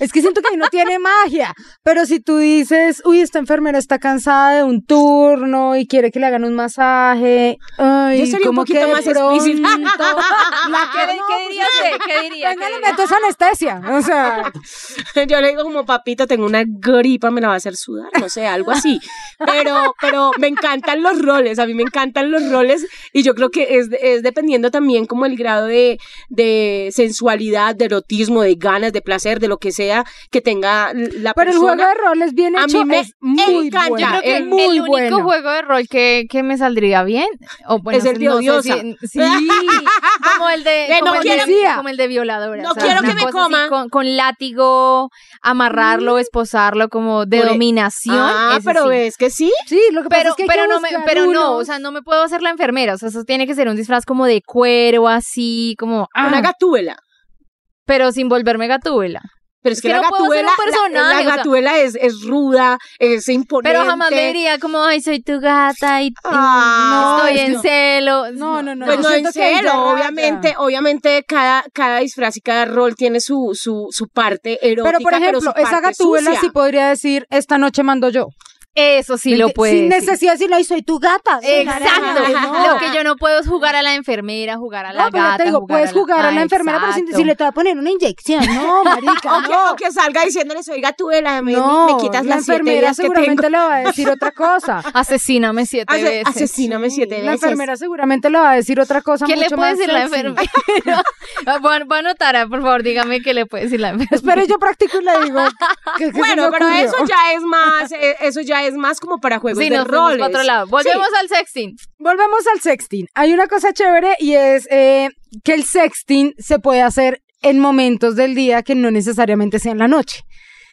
[SPEAKER 5] Es que siento que ahí no tiene magia. Pero si tú dices, uy, esta enfermera está cansada de un turno y quiere que le hagan un masaje. Ay,
[SPEAKER 4] Yo sería un
[SPEAKER 5] como
[SPEAKER 4] poquito
[SPEAKER 5] que de
[SPEAKER 4] más explícita.
[SPEAKER 5] pronto la
[SPEAKER 6] ¿Qué,
[SPEAKER 5] que-
[SPEAKER 6] di- qué diría usted? pues, ¿Qué diría?
[SPEAKER 4] Pues,
[SPEAKER 5] Venga,
[SPEAKER 6] ¿Qué
[SPEAKER 5] le
[SPEAKER 6] diría?
[SPEAKER 5] meto esa anestesia. O sea,
[SPEAKER 4] Yo le digo como papito, tengo una gripa, me la va a hacer sudar, no sé, algo así. Pero, pero me encantan los roles, a mí me encantan los roles y yo creo que es, es dependiendo también como el grado de, de sensualidad, de erotismo, de ganas, de placer, de lo que sea que tenga la
[SPEAKER 5] pero el
[SPEAKER 4] persona.
[SPEAKER 5] juego de roles bien
[SPEAKER 4] A
[SPEAKER 5] hecho
[SPEAKER 4] mí me
[SPEAKER 5] es muy
[SPEAKER 4] encanta.
[SPEAKER 5] bueno.
[SPEAKER 6] Yo creo que
[SPEAKER 5] es
[SPEAKER 6] el
[SPEAKER 5] muy
[SPEAKER 6] único
[SPEAKER 5] bueno.
[SPEAKER 6] juego de rol que, que me saldría bien o bueno,
[SPEAKER 4] Es el de
[SPEAKER 6] no sé
[SPEAKER 4] odiosa.
[SPEAKER 6] si- sí, como el de,
[SPEAKER 4] Eh, no
[SPEAKER 6] como, el de-
[SPEAKER 5] quiero-
[SPEAKER 6] como el de violadora.
[SPEAKER 4] No
[SPEAKER 6] o sea,
[SPEAKER 4] quiero
[SPEAKER 6] una
[SPEAKER 4] que me
[SPEAKER 6] cosa así
[SPEAKER 4] coma.
[SPEAKER 6] Con, con látigo, amarrarlo, esposarlo, como de
[SPEAKER 4] Por e-
[SPEAKER 6] dominación.
[SPEAKER 4] Ah,
[SPEAKER 6] ese
[SPEAKER 4] pero
[SPEAKER 6] sí.
[SPEAKER 4] ves que sí.
[SPEAKER 5] Sí, lo que pasa
[SPEAKER 6] Pero,
[SPEAKER 5] es que hay
[SPEAKER 6] pero
[SPEAKER 5] que
[SPEAKER 6] no me,
[SPEAKER 5] buscar
[SPEAKER 6] pero no, o
[SPEAKER 5] unos-
[SPEAKER 6] sea, no me puedo hacer la enfermera. O sea, eso tiene que ser un disfraz como de cuero, así, como. ah,
[SPEAKER 4] Una gatúbela.
[SPEAKER 6] pero sin volverme gatúbela.
[SPEAKER 4] Pero es,
[SPEAKER 6] Es
[SPEAKER 4] que,
[SPEAKER 6] que
[SPEAKER 4] la
[SPEAKER 6] no puedo ser un
[SPEAKER 4] gatuela, la,
[SPEAKER 6] personaje, o sea.
[SPEAKER 4] gatuela es, es ruda, es imponente.
[SPEAKER 6] Pero jamás le diría como, ay, soy tu gata y, y
[SPEAKER 4] Ah,
[SPEAKER 6] estoy
[SPEAKER 4] es
[SPEAKER 6] en
[SPEAKER 4] no.
[SPEAKER 6] celo.
[SPEAKER 5] No, no, no.
[SPEAKER 4] Pues
[SPEAKER 5] yo
[SPEAKER 4] no, en
[SPEAKER 5] siento que ahí
[SPEAKER 4] serio,
[SPEAKER 5] ya raya.
[SPEAKER 4] obviamente, obviamente cada, cada disfraz y cada rol tiene su, su, su parte erótica,
[SPEAKER 5] Pero por ejemplo,
[SPEAKER 4] su parte
[SPEAKER 5] esa gatuela
[SPEAKER 4] sucia.
[SPEAKER 5] sí podría decir, esta noche mando yo.
[SPEAKER 6] Eso sí lo
[SPEAKER 5] Enti-
[SPEAKER 6] puede.
[SPEAKER 5] Sin
[SPEAKER 6] decir.
[SPEAKER 5] necesidad de decirle, "Ay, soy tu gata. soy la
[SPEAKER 6] Exacto.
[SPEAKER 5] araña". No.
[SPEAKER 6] Lo que yo no puedo es jugar a la enfermera, jugar a la
[SPEAKER 5] No, pero
[SPEAKER 6] gata.
[SPEAKER 5] ya te digo, puedes jugar a la
[SPEAKER 6] Ah,
[SPEAKER 5] enfermera, pero sin
[SPEAKER 6] exacto.
[SPEAKER 5] decirle, te voy a poner una inyección. No, marica,
[SPEAKER 4] O que,
[SPEAKER 5] no.
[SPEAKER 4] o que salga diciéndole, soy gatuela, me,
[SPEAKER 5] No,
[SPEAKER 4] me quitas
[SPEAKER 5] la
[SPEAKER 4] las siete
[SPEAKER 5] enfermera
[SPEAKER 4] vidas que
[SPEAKER 5] seguramente
[SPEAKER 4] tengo.
[SPEAKER 5] le va a decir otra cosa.
[SPEAKER 6] Asesíname siete
[SPEAKER 4] Ase-
[SPEAKER 6] veces.
[SPEAKER 4] asesíname siete
[SPEAKER 5] La
[SPEAKER 4] veces.
[SPEAKER 5] enfermera seguramente le va a decir otra cosa
[SPEAKER 6] ¿Qué le
[SPEAKER 5] mucho
[SPEAKER 6] puede
[SPEAKER 5] más
[SPEAKER 6] decir la
[SPEAKER 5] sexy.
[SPEAKER 6] enfermera? voy, a, voy a anotar, ah, por favor, dígame qué le puede decir la enfermera.
[SPEAKER 5] Espere, yo practico y le digo. que- que se
[SPEAKER 4] Bueno,
[SPEAKER 5] me
[SPEAKER 4] pero
[SPEAKER 5] ocurrió.
[SPEAKER 4] eso ya es más, eh, eso ya es más como para juegos
[SPEAKER 6] Sí,
[SPEAKER 4] de
[SPEAKER 6] nos fuimos
[SPEAKER 4] roles.
[SPEAKER 6] para otro lado. Volvemos al sexting.
[SPEAKER 5] Volvemos al sexting. Hay una cosa chévere y es eh, que el sexting se puede hacer en momentos del día que no necesariamente sea en la noche.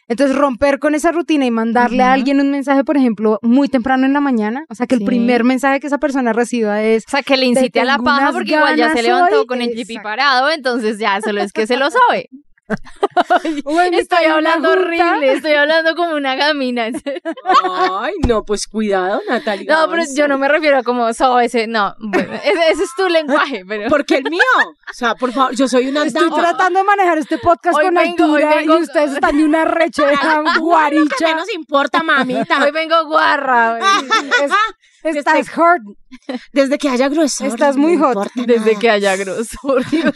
[SPEAKER 5] Entonces, romper con esa rutina y mandarle a
[SPEAKER 6] Ujú.
[SPEAKER 5] alguien un mensaje, por ejemplo, muy temprano en la mañana, o sea, que
[SPEAKER 6] Sí.
[SPEAKER 5] el primer mensaje que esa persona reciba es,
[SPEAKER 6] O sea, que le incite a la
[SPEAKER 5] tengo
[SPEAKER 6] paja
[SPEAKER 5] unas
[SPEAKER 6] porque igual ya se
[SPEAKER 5] ganas
[SPEAKER 6] levantó
[SPEAKER 5] hoy.
[SPEAKER 6] con el jeepy
[SPEAKER 5] Exacto.
[SPEAKER 6] parado, entonces ya solo es que se lo sabe.
[SPEAKER 5] "Uy, me
[SPEAKER 6] Estoy
[SPEAKER 5] salió una
[SPEAKER 6] hablando
[SPEAKER 5] junta".
[SPEAKER 6] horrible, estoy hablando como una gamina. en serio.
[SPEAKER 4] Ay, no, pues cuidado, Natalia.
[SPEAKER 6] No, pero yo no me refiero a como sobe, ese, no, bueno, ese, ese es tu lenguaje, pero...
[SPEAKER 4] Porque el mío, o sea, por favor, yo soy una
[SPEAKER 5] Estoy
[SPEAKER 4] dama.
[SPEAKER 5] tratando de manejar este podcast
[SPEAKER 6] Hoy
[SPEAKER 5] con
[SPEAKER 6] vengo, hoy
[SPEAKER 5] altura
[SPEAKER 6] vengo-
[SPEAKER 5] y ustedes están de una rechera
[SPEAKER 4] ¿Qué
[SPEAKER 5] guaricha.
[SPEAKER 4] menos importa, mamita?
[SPEAKER 6] Hoy vengo guarra. hoy.
[SPEAKER 5] Es- estás hurt.
[SPEAKER 4] Desde que haya grueso.
[SPEAKER 5] Estás muy hot.
[SPEAKER 6] Desde que haya grosor. Dios.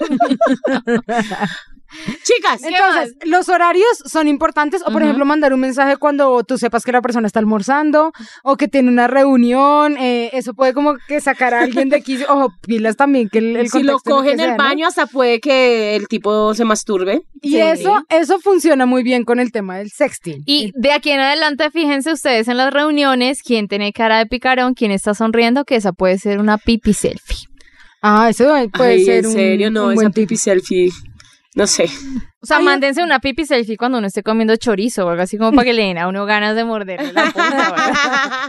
[SPEAKER 4] Chicas,
[SPEAKER 6] ¿Qué
[SPEAKER 5] Entonces, los horarios son importantes, o por
[SPEAKER 6] Ujú.
[SPEAKER 5] ejemplo, mandar un mensaje cuando tú sepas que la persona está almorzando o que tiene una reunión. eh, eso puede como que sacar a alguien de aquí. Ojo, pilas también, que el, el
[SPEAKER 4] si lo
[SPEAKER 5] contexto en
[SPEAKER 4] coge en
[SPEAKER 5] que
[SPEAKER 4] el
[SPEAKER 5] sea, ¿no?
[SPEAKER 4] baño, hasta puede que el tipo se masturbe.
[SPEAKER 5] Y
[SPEAKER 6] Sí.
[SPEAKER 5] eso, eso funciona muy bien con el tema del sexting.
[SPEAKER 6] Y de aquí en adelante, fíjense ustedes en las reuniones, quién tiene cara de picarón, quién está sonriendo, que esa puede ser una pipi selfie.
[SPEAKER 5] ah, eso puede
[SPEAKER 4] Ay,
[SPEAKER 5] ser
[SPEAKER 4] en
[SPEAKER 5] un,
[SPEAKER 4] serio, no,
[SPEAKER 5] un
[SPEAKER 4] esa
[SPEAKER 5] buen tip.
[SPEAKER 4] pipi selfie. No sé.
[SPEAKER 6] O sea,
[SPEAKER 5] Ay,
[SPEAKER 6] mándense una pipi selfie cuando uno esté comiendo chorizo o algo así como para que le den a uno ganas de morderle la punta. ¿verdad?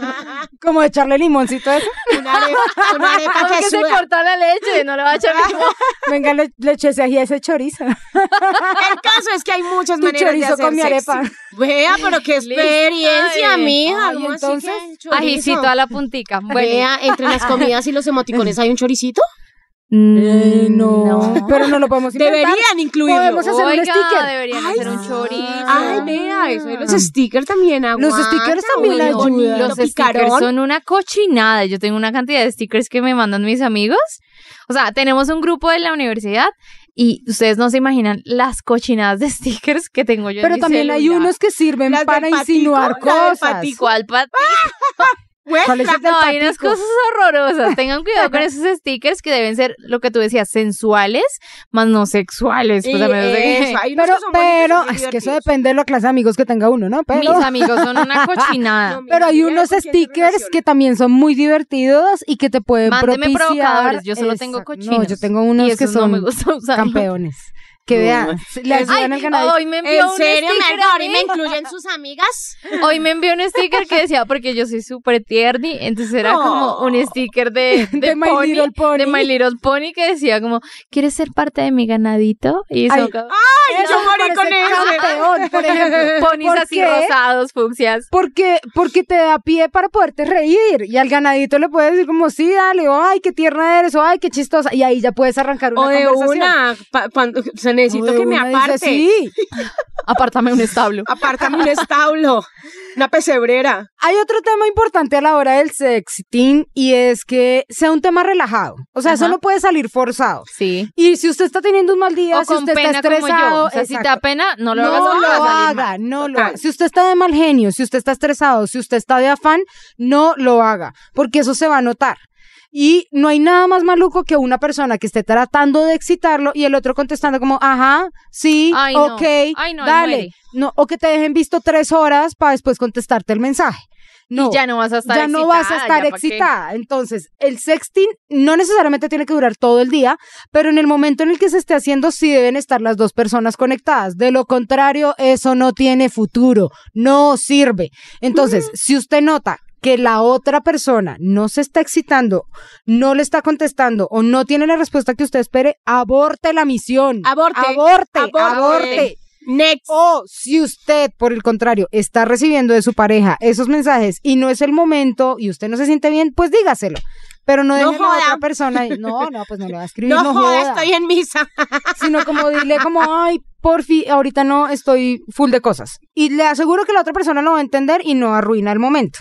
[SPEAKER 5] Como echarle limoncito a eso.
[SPEAKER 4] una arepa, una arepa
[SPEAKER 6] Porque
[SPEAKER 4] que
[SPEAKER 6] se
[SPEAKER 4] suda.
[SPEAKER 6] cortó la leche, no le va a echar limón.
[SPEAKER 5] Venga, le, le eché ese ají a ese chorizo.
[SPEAKER 4] El caso es que hay muchas
[SPEAKER 5] Tu
[SPEAKER 4] maneras de
[SPEAKER 5] chorizo
[SPEAKER 4] hacer
[SPEAKER 5] con mi
[SPEAKER 4] sexy.
[SPEAKER 5] arepa. eh.
[SPEAKER 4] Vea, pero qué
[SPEAKER 6] Listo.
[SPEAKER 4] experiencia,
[SPEAKER 6] Ay,
[SPEAKER 4] mija.
[SPEAKER 5] ay,
[SPEAKER 4] ¿Cómo así
[SPEAKER 5] entonces,
[SPEAKER 4] que el chorizo?
[SPEAKER 6] Ajicito a la puntica. Bueno,
[SPEAKER 4] Vea, entre las comidas y los emoticones hay un choricito.
[SPEAKER 5] Eh,
[SPEAKER 6] Mm,
[SPEAKER 5] no, pero no lo podemos inventar.
[SPEAKER 4] Deberían incluirlo.
[SPEAKER 5] Podemos hacer un
[SPEAKER 6] Oiga,
[SPEAKER 5] sticker.
[SPEAKER 6] deberían
[SPEAKER 5] Ay,
[SPEAKER 6] hacer un
[SPEAKER 5] sí.
[SPEAKER 6] chorizo.
[SPEAKER 4] Ay, vea, eso. Y los stickers también aguantan.
[SPEAKER 5] stickers también
[SPEAKER 4] oye,
[SPEAKER 5] ayudan.
[SPEAKER 4] bonito,
[SPEAKER 6] Los stickers
[SPEAKER 4] picarón.
[SPEAKER 6] son una cochinada. Yo tengo una cantidad de stickers que me mandan mis amigos. O sea, tenemos un grupo de la universidad y ustedes no se imaginan las cochinadas de stickers que tengo yo. en
[SPEAKER 5] Pero
[SPEAKER 6] mi
[SPEAKER 5] también hay
[SPEAKER 6] celular.
[SPEAKER 5] unos que sirven
[SPEAKER 4] Las del
[SPEAKER 5] para
[SPEAKER 4] patico,
[SPEAKER 5] insinuar
[SPEAKER 4] la del
[SPEAKER 5] cosas.
[SPEAKER 4] patico.
[SPEAKER 6] ¿Cuál pat-
[SPEAKER 5] ¿Cuál es el del
[SPEAKER 6] No, hay unas
[SPEAKER 5] patico?
[SPEAKER 6] cosas horrorosas. Tengan cuidado con esos stickers que deben ser lo que tú decías, sensuales, más no sexuales.
[SPEAKER 4] Y
[SPEAKER 6] pues, a menos de que-
[SPEAKER 4] eso, hay unos
[SPEAKER 5] eh,
[SPEAKER 4] que son
[SPEAKER 5] Pero,
[SPEAKER 4] bonitos,
[SPEAKER 5] pero,
[SPEAKER 4] son muy
[SPEAKER 5] es que eso
[SPEAKER 4] divertidos.
[SPEAKER 5] depende de la clase de amigos que tenga uno, ¿no? Pero,
[SPEAKER 6] Mis amigos son una cochinada.
[SPEAKER 4] No, mi
[SPEAKER 5] pero hay
[SPEAKER 4] amiga
[SPEAKER 5] unos
[SPEAKER 4] con quien se
[SPEAKER 5] stickers
[SPEAKER 4] relaciona.
[SPEAKER 5] que también son muy divertidos y que te pueden
[SPEAKER 6] Mándeme
[SPEAKER 5] propiciar.
[SPEAKER 6] provocadores, yo solo tengo
[SPEAKER 5] Exacto. No,
[SPEAKER 6] cochinos.
[SPEAKER 5] yo tengo
[SPEAKER 6] y
[SPEAKER 5] unos
[SPEAKER 6] eso
[SPEAKER 5] que
[SPEAKER 6] no
[SPEAKER 5] son
[SPEAKER 6] me gusta usar.
[SPEAKER 5] campeones. Que vean, le
[SPEAKER 4] Ay,
[SPEAKER 5] ayudan al ganadero.
[SPEAKER 6] hoy me envió
[SPEAKER 4] ¿En
[SPEAKER 6] un
[SPEAKER 4] serio,
[SPEAKER 5] este
[SPEAKER 6] sticker
[SPEAKER 4] Margot?
[SPEAKER 6] a
[SPEAKER 4] ¿Y
[SPEAKER 6] mí.
[SPEAKER 4] me incluyen sus amigas?
[SPEAKER 6] Hoy me envió un sticker que decía, porque yo soy súper tierni, entonces era como un sticker de, de,
[SPEAKER 5] De My
[SPEAKER 6] Pony,
[SPEAKER 5] Little Pony.
[SPEAKER 6] de My Little Pony que decía como, ¿quieres ser parte de mi ganadito? Y eso,
[SPEAKER 5] Ay,
[SPEAKER 6] como, "Ah,
[SPEAKER 4] ¡Ay, yo
[SPEAKER 5] me
[SPEAKER 4] morí con
[SPEAKER 5] parece
[SPEAKER 4] eso!
[SPEAKER 5] campeón, por ejemplo.
[SPEAKER 6] ponis
[SPEAKER 5] ¿Por
[SPEAKER 6] así
[SPEAKER 5] qué?
[SPEAKER 6] rosados, fucsias.
[SPEAKER 5] Porque, porque te da pie para poderte reír. Y al ganadito le puedes decir como, sí, dale, o, ay, qué tierna eres, o ay, qué chistosa. Y ahí ya puedes arrancar una
[SPEAKER 4] O de
[SPEAKER 5] conversación.
[SPEAKER 4] una, pa- cuando- o sea,
[SPEAKER 5] O
[SPEAKER 4] necesito
[SPEAKER 5] de
[SPEAKER 4] que me
[SPEAKER 5] una dice,
[SPEAKER 4] aparte.
[SPEAKER 5] sí.
[SPEAKER 6] Apártame un establo.
[SPEAKER 5] Ah.
[SPEAKER 4] Apártame un establo, una pesebrera.
[SPEAKER 5] Hay otro tema importante a la hora del sexting y es que sea un tema relajado. O sea, eso
[SPEAKER 6] Ajá.
[SPEAKER 5] no puede salir forzado.
[SPEAKER 6] Sí.
[SPEAKER 5] Y si usted está teniendo un mal día,
[SPEAKER 6] O
[SPEAKER 5] si
[SPEAKER 6] con
[SPEAKER 5] usted
[SPEAKER 6] pena
[SPEAKER 5] está
[SPEAKER 6] como yo.
[SPEAKER 5] estresado,
[SPEAKER 6] O sea, si te da
[SPEAKER 5] exacto.
[SPEAKER 6] pena, no lo
[SPEAKER 5] no
[SPEAKER 6] hagas porque
[SPEAKER 5] lo
[SPEAKER 6] vas a salir mal.
[SPEAKER 5] haga, no lo
[SPEAKER 4] Total.
[SPEAKER 5] haga. Si usted está de mal genio, si usted está estresado, si usted está de afán, no lo haga, porque eso se va a notar. Y no hay nada más maluco que una persona que esté tratando de excitarlo y el otro contestando como, ajá, sí,
[SPEAKER 6] Ay, no.
[SPEAKER 5] ok,
[SPEAKER 6] Ay, no, ahí muere.
[SPEAKER 5] dale. No, o que te dejen visto tres horas para después contestarte el mensaje. No,
[SPEAKER 6] Ya no vas a estar
[SPEAKER 5] ya no vas a
[SPEAKER 6] excitada,
[SPEAKER 5] estar
[SPEAKER 6] ya pa' qué.
[SPEAKER 5] excitada. Entonces, el sexting no necesariamente tiene que durar todo el día, pero en el momento en el que se esté haciendo, sí deben estar las dos personas conectadas. De lo contrario, eso no tiene futuro, no sirve. Entonces, si usted nota que la otra persona no se está excitando, no le está contestando o no tiene la respuesta que usted espere, aborte la misión.
[SPEAKER 4] Aborte,
[SPEAKER 5] Aborte.
[SPEAKER 4] aborte.
[SPEAKER 5] aborte.
[SPEAKER 4] Next.
[SPEAKER 5] O si usted, por el contrario, está recibiendo de su pareja esos mensajes y no es el momento y usted no se siente bien, pues dígaselo. Pero no
[SPEAKER 4] No
[SPEAKER 5] deje a la
[SPEAKER 4] joda.
[SPEAKER 5] otra persona. ahí. No, no, pues no le va a escribir.
[SPEAKER 4] No,
[SPEAKER 5] No,
[SPEAKER 4] joda,
[SPEAKER 5] joda.
[SPEAKER 4] estoy en misa.
[SPEAKER 5] Sino como dile como, ay, porfi, ahorita no estoy full de cosas. Y le aseguro que la otra persona lo va a entender y no arruina el momento.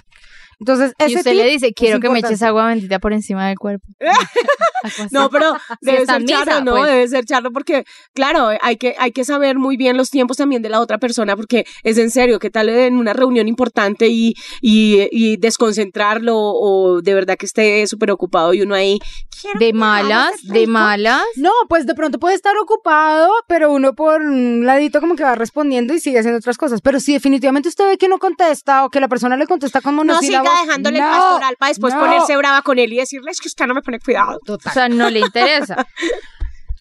[SPEAKER 5] Entonces, ese
[SPEAKER 6] Y usted
[SPEAKER 5] tip
[SPEAKER 6] le dice,
[SPEAKER 5] es
[SPEAKER 6] quiero que me
[SPEAKER 5] importante.
[SPEAKER 6] eches agua bendita por encima del cuerpo. Algo así.
[SPEAKER 4] No, pero debe
[SPEAKER 6] está
[SPEAKER 4] ser
[SPEAKER 6] en misa,
[SPEAKER 4] charro, ¿no?
[SPEAKER 6] pues.
[SPEAKER 4] Debe ser charro porque, claro, hay que, hay que saber muy bien los tiempos también de la otra persona porque es en serio, que tal en una reunión importante y, y, y desconcentrarlo o de verdad que esté súper ocupado y uno ahí... "Quiero
[SPEAKER 6] De
[SPEAKER 4] que hagamos
[SPEAKER 6] malas,
[SPEAKER 4] esto".
[SPEAKER 6] de malas.
[SPEAKER 5] No, pues de pronto puede estar ocupado, pero uno por un ladito como que va respondiendo y sigue haciendo otras cosas. Pero si definitivamente usted ve que no contesta o que la persona le contesta con
[SPEAKER 4] No
[SPEAKER 5] monosílabos,
[SPEAKER 4] siga dejándole el
[SPEAKER 5] no,
[SPEAKER 4] pastoral para después
[SPEAKER 5] no.
[SPEAKER 4] ponerse brava con él y decirle, es que usted no me pone cuidado.
[SPEAKER 6] O
[SPEAKER 5] Total.
[SPEAKER 6] sea, no le interesa.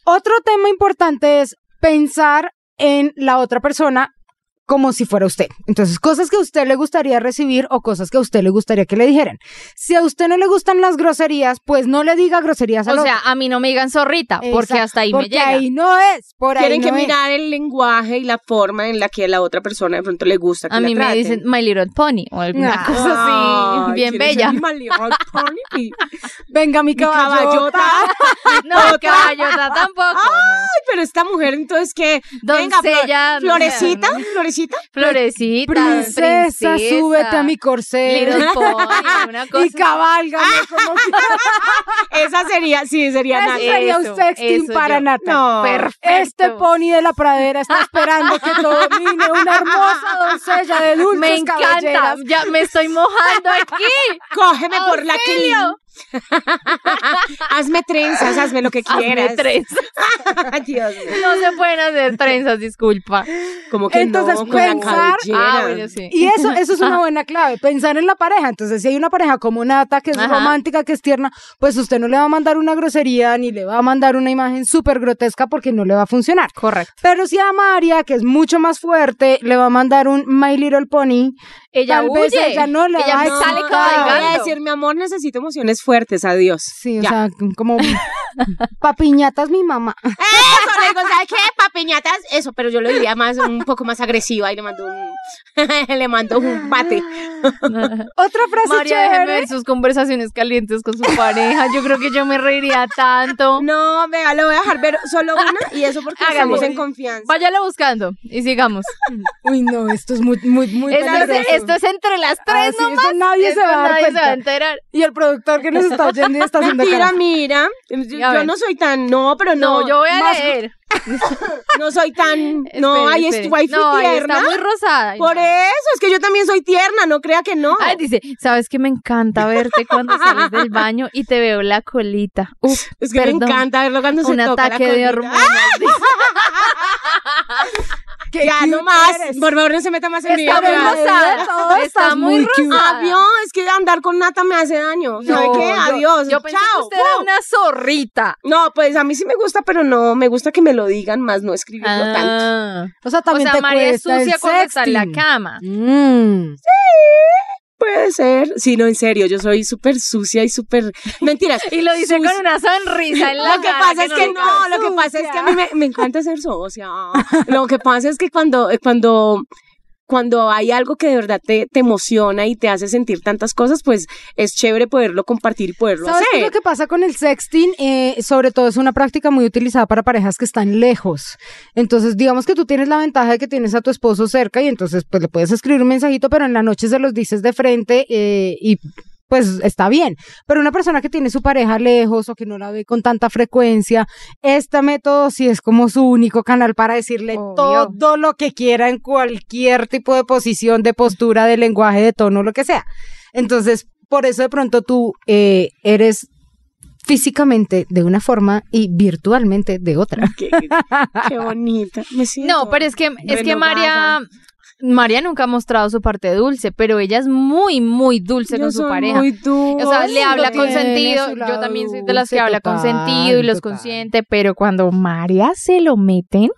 [SPEAKER 5] Otro tema importante es pensar en la otra persona como si fuera usted. Entonces, cosas que a usted le gustaría recibir o cosas que a usted le gustaría que le dijeran. Si a usted no le gustan las groserías, pues no le diga groserías a
[SPEAKER 6] O sea, a mí no me digan zorrita, porque hasta ahí me llega.
[SPEAKER 5] ahí no es, por ahí
[SPEAKER 4] Tienen que
[SPEAKER 5] no es.
[SPEAKER 4] mirar el lenguaje y la forma en la que a la otra persona de pronto le gusta. Que
[SPEAKER 6] A
[SPEAKER 4] la
[SPEAKER 6] mí me
[SPEAKER 4] traten.
[SPEAKER 6] dicen My Little Pony o alguna
[SPEAKER 5] Ah.
[SPEAKER 6] cosa así,
[SPEAKER 4] Ay,
[SPEAKER 6] bien
[SPEAKER 4] ¿quién es
[SPEAKER 6] bella.
[SPEAKER 4] el animal? Pony, mi-
[SPEAKER 5] Venga, mi
[SPEAKER 4] mi caballota.
[SPEAKER 5] caballota.
[SPEAKER 6] No, caballota tampoco.
[SPEAKER 4] Ay, pero esta mujer entonces que venga,
[SPEAKER 6] Doncella,
[SPEAKER 4] Flor- florecita, florecita.
[SPEAKER 6] Florecita,
[SPEAKER 5] Princesa,
[SPEAKER 6] princesa.
[SPEAKER 5] súbete a mi corcel
[SPEAKER 6] Little Pony, una cosa.
[SPEAKER 5] y cabalga como quieras.
[SPEAKER 4] Esa sería, sí, sería
[SPEAKER 5] Ese
[SPEAKER 4] Nata.
[SPEAKER 5] sería un
[SPEAKER 6] Eso,
[SPEAKER 5] sexting
[SPEAKER 6] eso
[SPEAKER 5] para
[SPEAKER 6] yo.
[SPEAKER 5] Nata.
[SPEAKER 4] No.
[SPEAKER 6] Perfecto.
[SPEAKER 5] Este pony de la pradera está esperando que lo domine una hermosa doncella de dulces
[SPEAKER 6] me encanta,
[SPEAKER 5] caballeras.
[SPEAKER 6] ya me estoy mojando aquí.
[SPEAKER 4] Cógeme por la clínica.
[SPEAKER 6] ¡Auxilio!
[SPEAKER 4] Hazme trenzas, hazme lo que quieras.
[SPEAKER 6] Hazme trenzas.
[SPEAKER 4] Ay, Dios mío.
[SPEAKER 6] No se pueden hacer trenzas, disculpa.
[SPEAKER 4] Como que
[SPEAKER 5] Entonces,
[SPEAKER 4] no, con la
[SPEAKER 5] pensar-
[SPEAKER 4] cabellera.
[SPEAKER 6] Ah, bueno, sí.
[SPEAKER 5] Y eso, eso es una buena clave, pensar en la pareja. Entonces, si hay una pareja como Nata, que es
[SPEAKER 6] Ajá.
[SPEAKER 5] romántica, que es tierna, pues usted no le va a mandar una grosería ni le va a mandar una imagen súper grotesca porque no le va a funcionar.
[SPEAKER 6] Correcto.
[SPEAKER 5] Pero si a María, que es mucho más fuerte, le va a mandar un My Little Pony,
[SPEAKER 6] Ella
[SPEAKER 5] Tal
[SPEAKER 6] huye.
[SPEAKER 5] vez ella no le va a
[SPEAKER 4] No,
[SPEAKER 6] sale
[SPEAKER 4] no,
[SPEAKER 6] cabalgando.
[SPEAKER 4] Voy a decir, mi amor, necesito emociones fuertes, adiós.
[SPEAKER 5] Sí, o
[SPEAKER 4] Ya.
[SPEAKER 5] sea, como papiñatas mi mamá.
[SPEAKER 4] Eso, le digo, ¿sabes qué? Papiñatas, eso, pero yo lo diría más, un poco más agresiva y le mando un, le mando un bate.
[SPEAKER 5] Otra frase
[SPEAKER 6] María, déjeme
[SPEAKER 5] chévere.
[SPEAKER 6] ver sus conversaciones calientes con su pareja. Yo creo que yo me reiría tanto.
[SPEAKER 4] No, vea, le voy a dejar ver solo una y eso porque
[SPEAKER 6] Hagamos.
[SPEAKER 4] estamos en confianza.
[SPEAKER 6] Váyala buscando y sigamos.
[SPEAKER 5] Uy, no, esto es muy, muy, muy
[SPEAKER 6] Esto es,
[SPEAKER 5] peligroso.
[SPEAKER 6] esto es entre las
[SPEAKER 5] Ah,
[SPEAKER 6] tres
[SPEAKER 5] sí,
[SPEAKER 6] nomás.
[SPEAKER 5] esto nadie se
[SPEAKER 6] Esto
[SPEAKER 5] va a dar
[SPEAKER 6] nadie se va a
[SPEAKER 5] cuenta.
[SPEAKER 6] enterar.
[SPEAKER 5] Y el productor que nos está oyendo y está haciendo
[SPEAKER 4] Mira,
[SPEAKER 5] cara.
[SPEAKER 4] mira, yo,
[SPEAKER 6] Ya
[SPEAKER 4] yo
[SPEAKER 6] ven.
[SPEAKER 4] no soy tan, no, pero no.
[SPEAKER 6] No, yo voy a
[SPEAKER 4] más-
[SPEAKER 6] leer.
[SPEAKER 4] No soy tan. No,
[SPEAKER 6] Espere,
[SPEAKER 4] ahí es
[SPEAKER 6] espere.
[SPEAKER 4] wifi
[SPEAKER 6] No, ahí
[SPEAKER 4] tierna.
[SPEAKER 6] está muy rosada. Ay,
[SPEAKER 4] Por
[SPEAKER 6] no.
[SPEAKER 4] eso, es que yo también soy tierna, no crea que no.
[SPEAKER 6] Ay, dice, sabes que me encanta verte cuando sales del baño y te veo la colita. Uf,
[SPEAKER 4] es que me
[SPEAKER 6] perdón.
[SPEAKER 4] encanta verlo cuando se
[SPEAKER 6] un
[SPEAKER 4] toca la
[SPEAKER 6] ataque de
[SPEAKER 4] colita. ¡Ah!
[SPEAKER 6] hormonas. dice.
[SPEAKER 5] ¿Qué
[SPEAKER 4] Ya,
[SPEAKER 5] cute
[SPEAKER 4] no más.
[SPEAKER 5] eres.
[SPEAKER 4] Por favor, no se meta más en mi
[SPEAKER 6] Está
[SPEAKER 4] vida.
[SPEAKER 6] muy
[SPEAKER 5] Pero de
[SPEAKER 6] rosada.
[SPEAKER 5] verdad, todo
[SPEAKER 6] Está
[SPEAKER 5] estás
[SPEAKER 6] muy
[SPEAKER 5] cute.
[SPEAKER 6] rosada.
[SPEAKER 4] Adiós, es que andar con nata me hace daño. ¿Sabe
[SPEAKER 6] No,
[SPEAKER 4] qué?
[SPEAKER 6] yo-
[SPEAKER 4] Adiós.
[SPEAKER 6] Yo pensé que
[SPEAKER 4] Chao.
[SPEAKER 6] usted era
[SPEAKER 4] ¡Uh!
[SPEAKER 6] una zorrita.
[SPEAKER 4] No, pues a mí sí me gusta, pero no, me gusta que me lo digan más, no escribirlo tanto.
[SPEAKER 6] Ah.
[SPEAKER 5] O sea,
[SPEAKER 6] O
[SPEAKER 5] también
[SPEAKER 6] sea,
[SPEAKER 5] te
[SPEAKER 6] María es
[SPEAKER 5] cuesta el
[SPEAKER 6] sucia cuando está en la
[SPEAKER 5] sexting.
[SPEAKER 6] cama.
[SPEAKER 5] Mm.
[SPEAKER 4] Puede ser. Sí, no, en serio, yo soy súper sucia y súper. Mentiras.
[SPEAKER 6] Y lo dice
[SPEAKER 4] Sucia.
[SPEAKER 6] con una sonrisa en la
[SPEAKER 4] Lo que
[SPEAKER 6] cara,
[SPEAKER 4] pasa es que
[SPEAKER 6] le
[SPEAKER 4] no,
[SPEAKER 6] cabe.
[SPEAKER 4] lo que pasa es que a mí
[SPEAKER 5] sucia.
[SPEAKER 4] me, me encanta ser socia. Lo que pasa es que cuando, cuando, cuando hay algo que de verdad te, te emociona y te hace sentir tantas cosas, pues es chévere poderlo compartir y poderlo
[SPEAKER 5] ¿Sabes qué es
[SPEAKER 4] hacer.
[SPEAKER 5] lo que pasa con el sexting? Eh, sobre todo es una práctica muy utilizada para parejas que están lejos. Entonces, digamos que tú tienes la ventaja de que tienes a tu esposo cerca y entonces pues le puedes escribir un mensajito, pero en la noche se los dices de frente eh, y pues está bien. Pero una persona que tiene su pareja lejos o que no la ve con tanta frecuencia, este método sí es como su único canal para decirle
[SPEAKER 6] Obvio.
[SPEAKER 5] todo lo que quiera en cualquier tipo de posición, de postura, de lenguaje, de tono, lo que sea. Entonces, por eso de pronto tú eh, eres físicamente de una forma y virtualmente de otra.
[SPEAKER 4] Qué, qué bonita. Me siento.
[SPEAKER 6] No, pero es que, es que
[SPEAKER 4] renovada.
[SPEAKER 6] María, María nunca ha mostrado su parte dulce, pero ella es muy, muy dulce
[SPEAKER 4] Yo
[SPEAKER 6] con su
[SPEAKER 4] soy
[SPEAKER 6] pareja.
[SPEAKER 4] muy dulce.
[SPEAKER 6] O sea, le habla con
[SPEAKER 5] tiene
[SPEAKER 6] sentido.
[SPEAKER 5] su
[SPEAKER 6] Yo
[SPEAKER 5] lado
[SPEAKER 6] también soy de las que
[SPEAKER 5] dulce,
[SPEAKER 6] habla con
[SPEAKER 5] total,
[SPEAKER 6] sentido y los
[SPEAKER 5] total.
[SPEAKER 6] consiente, pero cuando María se lo meten,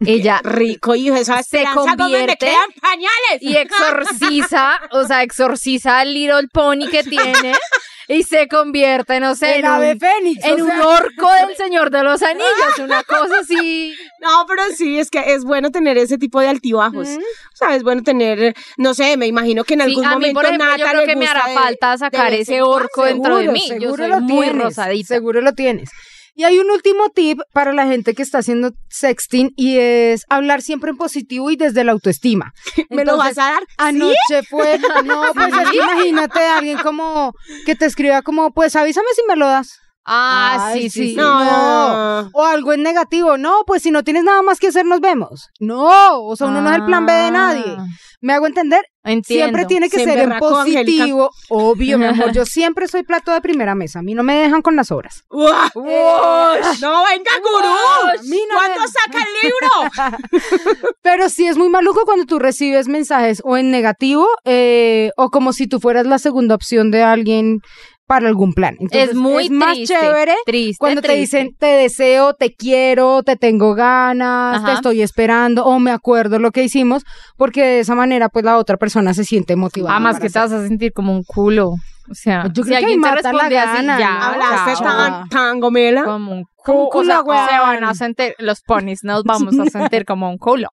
[SPEAKER 6] ella
[SPEAKER 4] rico y esa
[SPEAKER 6] Se
[SPEAKER 4] esperanza Gómez, me
[SPEAKER 6] convierte
[SPEAKER 4] quedan pañales.
[SPEAKER 6] y exorciza, o sea, exorciza al little pony que tiene y se convierte, no sé, en,
[SPEAKER 5] El ave
[SPEAKER 6] un,
[SPEAKER 5] fénix,
[SPEAKER 6] en
[SPEAKER 5] o
[SPEAKER 6] un
[SPEAKER 5] sea,
[SPEAKER 6] orco del Señor de los Anillos, una cosa así.
[SPEAKER 4] No, pero sí, es que es bueno tener ese tipo de altibajos. O sea, es bueno tener, no sé, me imagino que en
[SPEAKER 6] Sí,
[SPEAKER 4] algún
[SPEAKER 6] a mí,
[SPEAKER 4] momento
[SPEAKER 6] por ejemplo,
[SPEAKER 4] Nata
[SPEAKER 6] yo creo
[SPEAKER 4] le
[SPEAKER 6] que me
[SPEAKER 4] gusta
[SPEAKER 6] hará
[SPEAKER 4] de-
[SPEAKER 6] falta
[SPEAKER 4] de
[SPEAKER 6] sacar
[SPEAKER 4] vez
[SPEAKER 6] ese
[SPEAKER 4] en
[SPEAKER 6] orco
[SPEAKER 4] cuando.
[SPEAKER 6] dentro de mí. Yo
[SPEAKER 5] Ah, seguro
[SPEAKER 6] soy
[SPEAKER 5] lo
[SPEAKER 6] muy
[SPEAKER 5] tienes,
[SPEAKER 6] rosadita.
[SPEAKER 5] Seguro lo tienes. Y hay un último tip para la gente que está haciendo sexting y es hablar siempre en positivo y desde la autoestima.
[SPEAKER 4] ¿Me lo
[SPEAKER 5] Entonces,
[SPEAKER 4] vas a dar?
[SPEAKER 5] Anoche fue, no, pues es que imagínate a alguien como que te escriba como, pues avísame si me lo das.
[SPEAKER 6] Ah,
[SPEAKER 5] Ay,
[SPEAKER 6] sí,
[SPEAKER 5] sí,
[SPEAKER 6] sí.
[SPEAKER 5] sí.
[SPEAKER 4] No.
[SPEAKER 5] No. O algo en negativo, no, pues si no tienes nada más que hacer, nos vemos. No, o sea, uno no es el plan B de nadie.
[SPEAKER 6] Ah,
[SPEAKER 5] ¿Me hago entender?
[SPEAKER 6] Entiendo.
[SPEAKER 5] Siempre tiene que
[SPEAKER 4] Se
[SPEAKER 5] ser en
[SPEAKER 4] emberracó, Angélica.
[SPEAKER 5] positivo. Obvio, mi amor, yo siempre soy plato de primera mesa. A mí no me dejan con las obras.
[SPEAKER 4] ¡Uah!
[SPEAKER 5] Ush.
[SPEAKER 4] ¡No, venga,
[SPEAKER 5] Ush.
[SPEAKER 4] gurú!
[SPEAKER 5] Mí no
[SPEAKER 4] ¿Cuándo
[SPEAKER 5] me-
[SPEAKER 4] saca el libro?
[SPEAKER 5] Pero sí es muy maluco cuando tú recibes mensajes o en negativo eh, o como si tú fueras la segunda opción de alguien para algún plan. Entonces,
[SPEAKER 6] es muy
[SPEAKER 5] más
[SPEAKER 6] triste,
[SPEAKER 5] chévere
[SPEAKER 6] triste,
[SPEAKER 5] cuando te
[SPEAKER 6] triste.
[SPEAKER 5] dicen te deseo, te quiero, te tengo ganas, te
[SPEAKER 6] Ajá.
[SPEAKER 5] estoy esperando o me acuerdo lo que hicimos, porque de esa manera pues la otra persona se siente motivada.
[SPEAKER 6] Ah, más
[SPEAKER 5] para
[SPEAKER 6] que te
[SPEAKER 5] hacer.
[SPEAKER 6] vas a sentir como un culo. O sea,
[SPEAKER 5] Yo creo
[SPEAKER 6] si
[SPEAKER 5] que
[SPEAKER 6] alguien te
[SPEAKER 5] mata la
[SPEAKER 6] responde así,
[SPEAKER 5] gana,
[SPEAKER 6] ya,
[SPEAKER 5] ¿no?
[SPEAKER 4] Hablaste
[SPEAKER 6] chao.
[SPEAKER 4] tan, tan gomela.
[SPEAKER 6] como un culo.
[SPEAKER 5] culo,
[SPEAKER 6] o sea,
[SPEAKER 5] weón.
[SPEAKER 6] se van a sentir, los ponis nos vamos a sentir como un culo.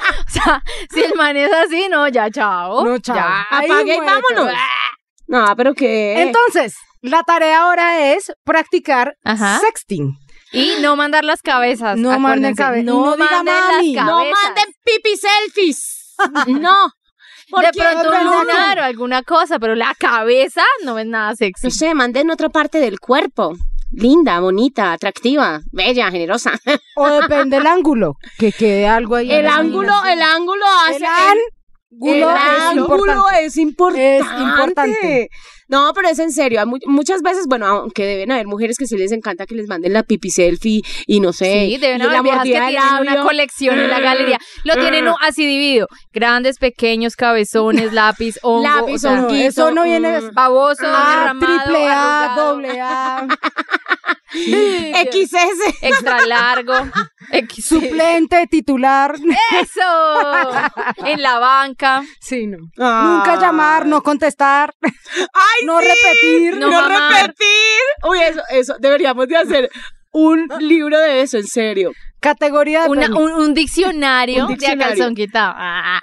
[SPEAKER 6] o sea, si el man es así, no, ya, chao.
[SPEAKER 5] No, chao.
[SPEAKER 6] Ya.
[SPEAKER 5] Ahí
[SPEAKER 4] Apague y
[SPEAKER 5] muerto.
[SPEAKER 4] vámonos. No, pero que...
[SPEAKER 5] Entonces, la tarea ahora es practicar
[SPEAKER 6] Ajá.
[SPEAKER 5] sexting.
[SPEAKER 6] Y no mandar las cabezas.
[SPEAKER 5] No
[SPEAKER 6] acuérdense,
[SPEAKER 5] manden cabe-
[SPEAKER 6] No,
[SPEAKER 5] no diga
[SPEAKER 6] manden las
[SPEAKER 5] mami.
[SPEAKER 6] cabezas.
[SPEAKER 4] no manden pipi selfies. No.
[SPEAKER 6] de
[SPEAKER 4] porque
[SPEAKER 6] pronto
[SPEAKER 4] otra
[SPEAKER 6] un
[SPEAKER 4] no.
[SPEAKER 6] lunar o alguna cosa, pero la cabeza no es nada sexy.
[SPEAKER 4] No sé, manden otra parte del cuerpo. Linda, bonita, atractiva, bella, generosa.
[SPEAKER 5] O depende del ángulo, que quede algo ahí. en
[SPEAKER 4] El
[SPEAKER 5] la
[SPEAKER 4] ángulo,
[SPEAKER 5] imaginación.
[SPEAKER 4] el ángulo hace.
[SPEAKER 5] El ángulo
[SPEAKER 4] el
[SPEAKER 5] es
[SPEAKER 4] ángulo
[SPEAKER 5] importante.
[SPEAKER 4] es importante.
[SPEAKER 5] Es importante.
[SPEAKER 4] No, pero es en serio. hay mu- muchas veces, bueno, aunque deben haber mujeres que sí les encanta que les manden la pipi selfie y no sé.
[SPEAKER 6] Sí, deben
[SPEAKER 4] y la
[SPEAKER 6] haber viejas que
[SPEAKER 4] mordida de
[SPEAKER 6] tienen una
[SPEAKER 4] labio.
[SPEAKER 6] colección en la galería. Lo tienen o- así dividido. Grandes, pequeños, cabezones, lápiz, hongo.
[SPEAKER 4] Lápiz,
[SPEAKER 6] o sea, mm,
[SPEAKER 4] hongo.
[SPEAKER 5] No, eso no viene.
[SPEAKER 6] Baboso,
[SPEAKER 5] Ah,
[SPEAKER 6] derramado,
[SPEAKER 5] triple A,
[SPEAKER 6] arrugado,
[SPEAKER 5] doble A,
[SPEAKER 4] XS.
[SPEAKER 6] extra largo, X.
[SPEAKER 5] suplente, titular.
[SPEAKER 4] Eh.
[SPEAKER 6] ¡Eso! En la banca.
[SPEAKER 5] Sí, no.
[SPEAKER 4] Ay.
[SPEAKER 5] Nunca llamar, no contestar,
[SPEAKER 4] Ay,
[SPEAKER 5] no
[SPEAKER 4] sí,
[SPEAKER 5] repetir.
[SPEAKER 6] No
[SPEAKER 4] No,
[SPEAKER 6] mamar.
[SPEAKER 4] repetir. Uy, eso, eso, deberíamos de hacer un libro de eso, en serio.
[SPEAKER 5] Categoría de.
[SPEAKER 6] Una-
[SPEAKER 5] premio.
[SPEAKER 6] un, un diccionario,
[SPEAKER 4] Un diccionario.
[SPEAKER 6] de calzón quitado. Ah,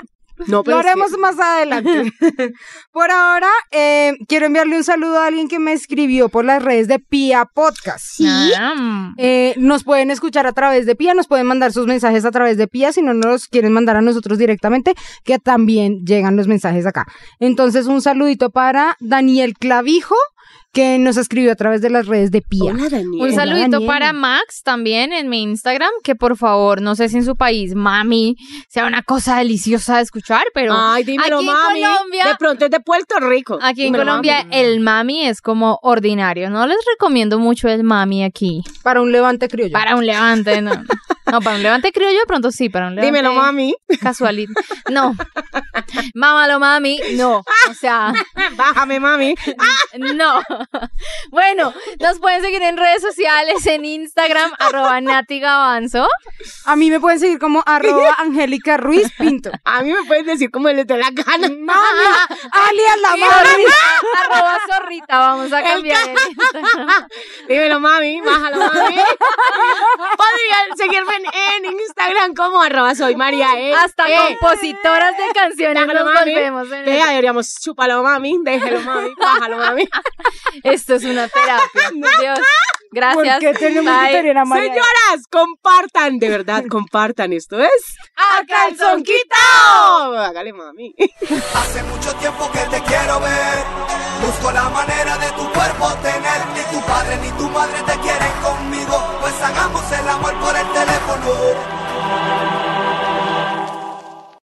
[SPEAKER 4] No, pero
[SPEAKER 5] Lo
[SPEAKER 4] es que-
[SPEAKER 5] haremos más adelante. por ahora, eh, quiero enviarle un saludo a alguien que me escribió por las redes de Pia Podcast.
[SPEAKER 6] ah.
[SPEAKER 5] Eh, nos pueden escuchar a través de Pia, nos pueden mandar sus mensajes a través de Pia, si no nos los quieren mandar a nosotros directamente, que también llegan los mensajes acá. Entonces, un saludito para Daniel Clavijo, que nos escribió a través de las redes de Pia.
[SPEAKER 4] Hola, Daniel.
[SPEAKER 6] Un
[SPEAKER 4] Hola,
[SPEAKER 6] saludito
[SPEAKER 4] Daniel.
[SPEAKER 6] para Max también en mi Instagram, que por favor, no sé si en su país, mami, sea una cosa deliciosa de escuchar, pero
[SPEAKER 4] Ay, dímelo,
[SPEAKER 6] aquí en
[SPEAKER 4] mami.
[SPEAKER 6] Colombia-
[SPEAKER 4] De pronto es de Puerto Rico.
[SPEAKER 6] aquí en
[SPEAKER 4] Dímelo,
[SPEAKER 6] Colombia
[SPEAKER 4] mami.
[SPEAKER 6] el mami es como ordinario. No les recomiendo mucho el mami aquí.
[SPEAKER 5] Para un levante criollo.
[SPEAKER 6] Para un levante, no. No, para un levante creo yo de pronto sí, para un levante.
[SPEAKER 4] Dímelo, mami.
[SPEAKER 6] Casualito. No. Mámalo, mami. No. O sea.
[SPEAKER 4] Ah, Bájame, mami. Ah,
[SPEAKER 6] No. Bueno, nos pueden seguir en redes sociales, en Instagram, arroba Nati Gavanzo.
[SPEAKER 5] A mí me pueden seguir como arroba Angélica Ruiz Pinto.
[SPEAKER 4] A mí me puedes decir como les dé la gana.
[SPEAKER 5] Mami, alias la
[SPEAKER 6] Y
[SPEAKER 5] mami.
[SPEAKER 6] arroba zorrita, vamos a cambiar el Instagram.
[SPEAKER 4] Dímelo, mami. Bájalo, mami. Podrían seguirme en, en Instagram como arroba soy María E.
[SPEAKER 6] Hasta
[SPEAKER 4] Eh,
[SPEAKER 6] compositoras de canciones
[SPEAKER 4] Déjalo,
[SPEAKER 6] nos
[SPEAKER 4] mami. Eh,
[SPEAKER 6] volvemos. en
[SPEAKER 4] Vea, deberíamos chúpalo, mami. Déjelo, mami. Bájalo, mami.
[SPEAKER 6] esto. Esto es una terapia. Dios.
[SPEAKER 5] ¿Por
[SPEAKER 6] Gracias.
[SPEAKER 5] qué tenemos
[SPEAKER 6] Bye.
[SPEAKER 5] que tener a
[SPEAKER 6] E.
[SPEAKER 5] María?
[SPEAKER 4] Señoras, compartan. De verdad, compartan. Esto es...
[SPEAKER 6] ¡A calzón
[SPEAKER 4] quitado! Hágale, mami.
[SPEAKER 2] Hace mucho tiempo que te quiero ver. Busco la manera de tu cuerpo tener. Ni tu padre ni tu madre te quieren conmigo. Pues hagamos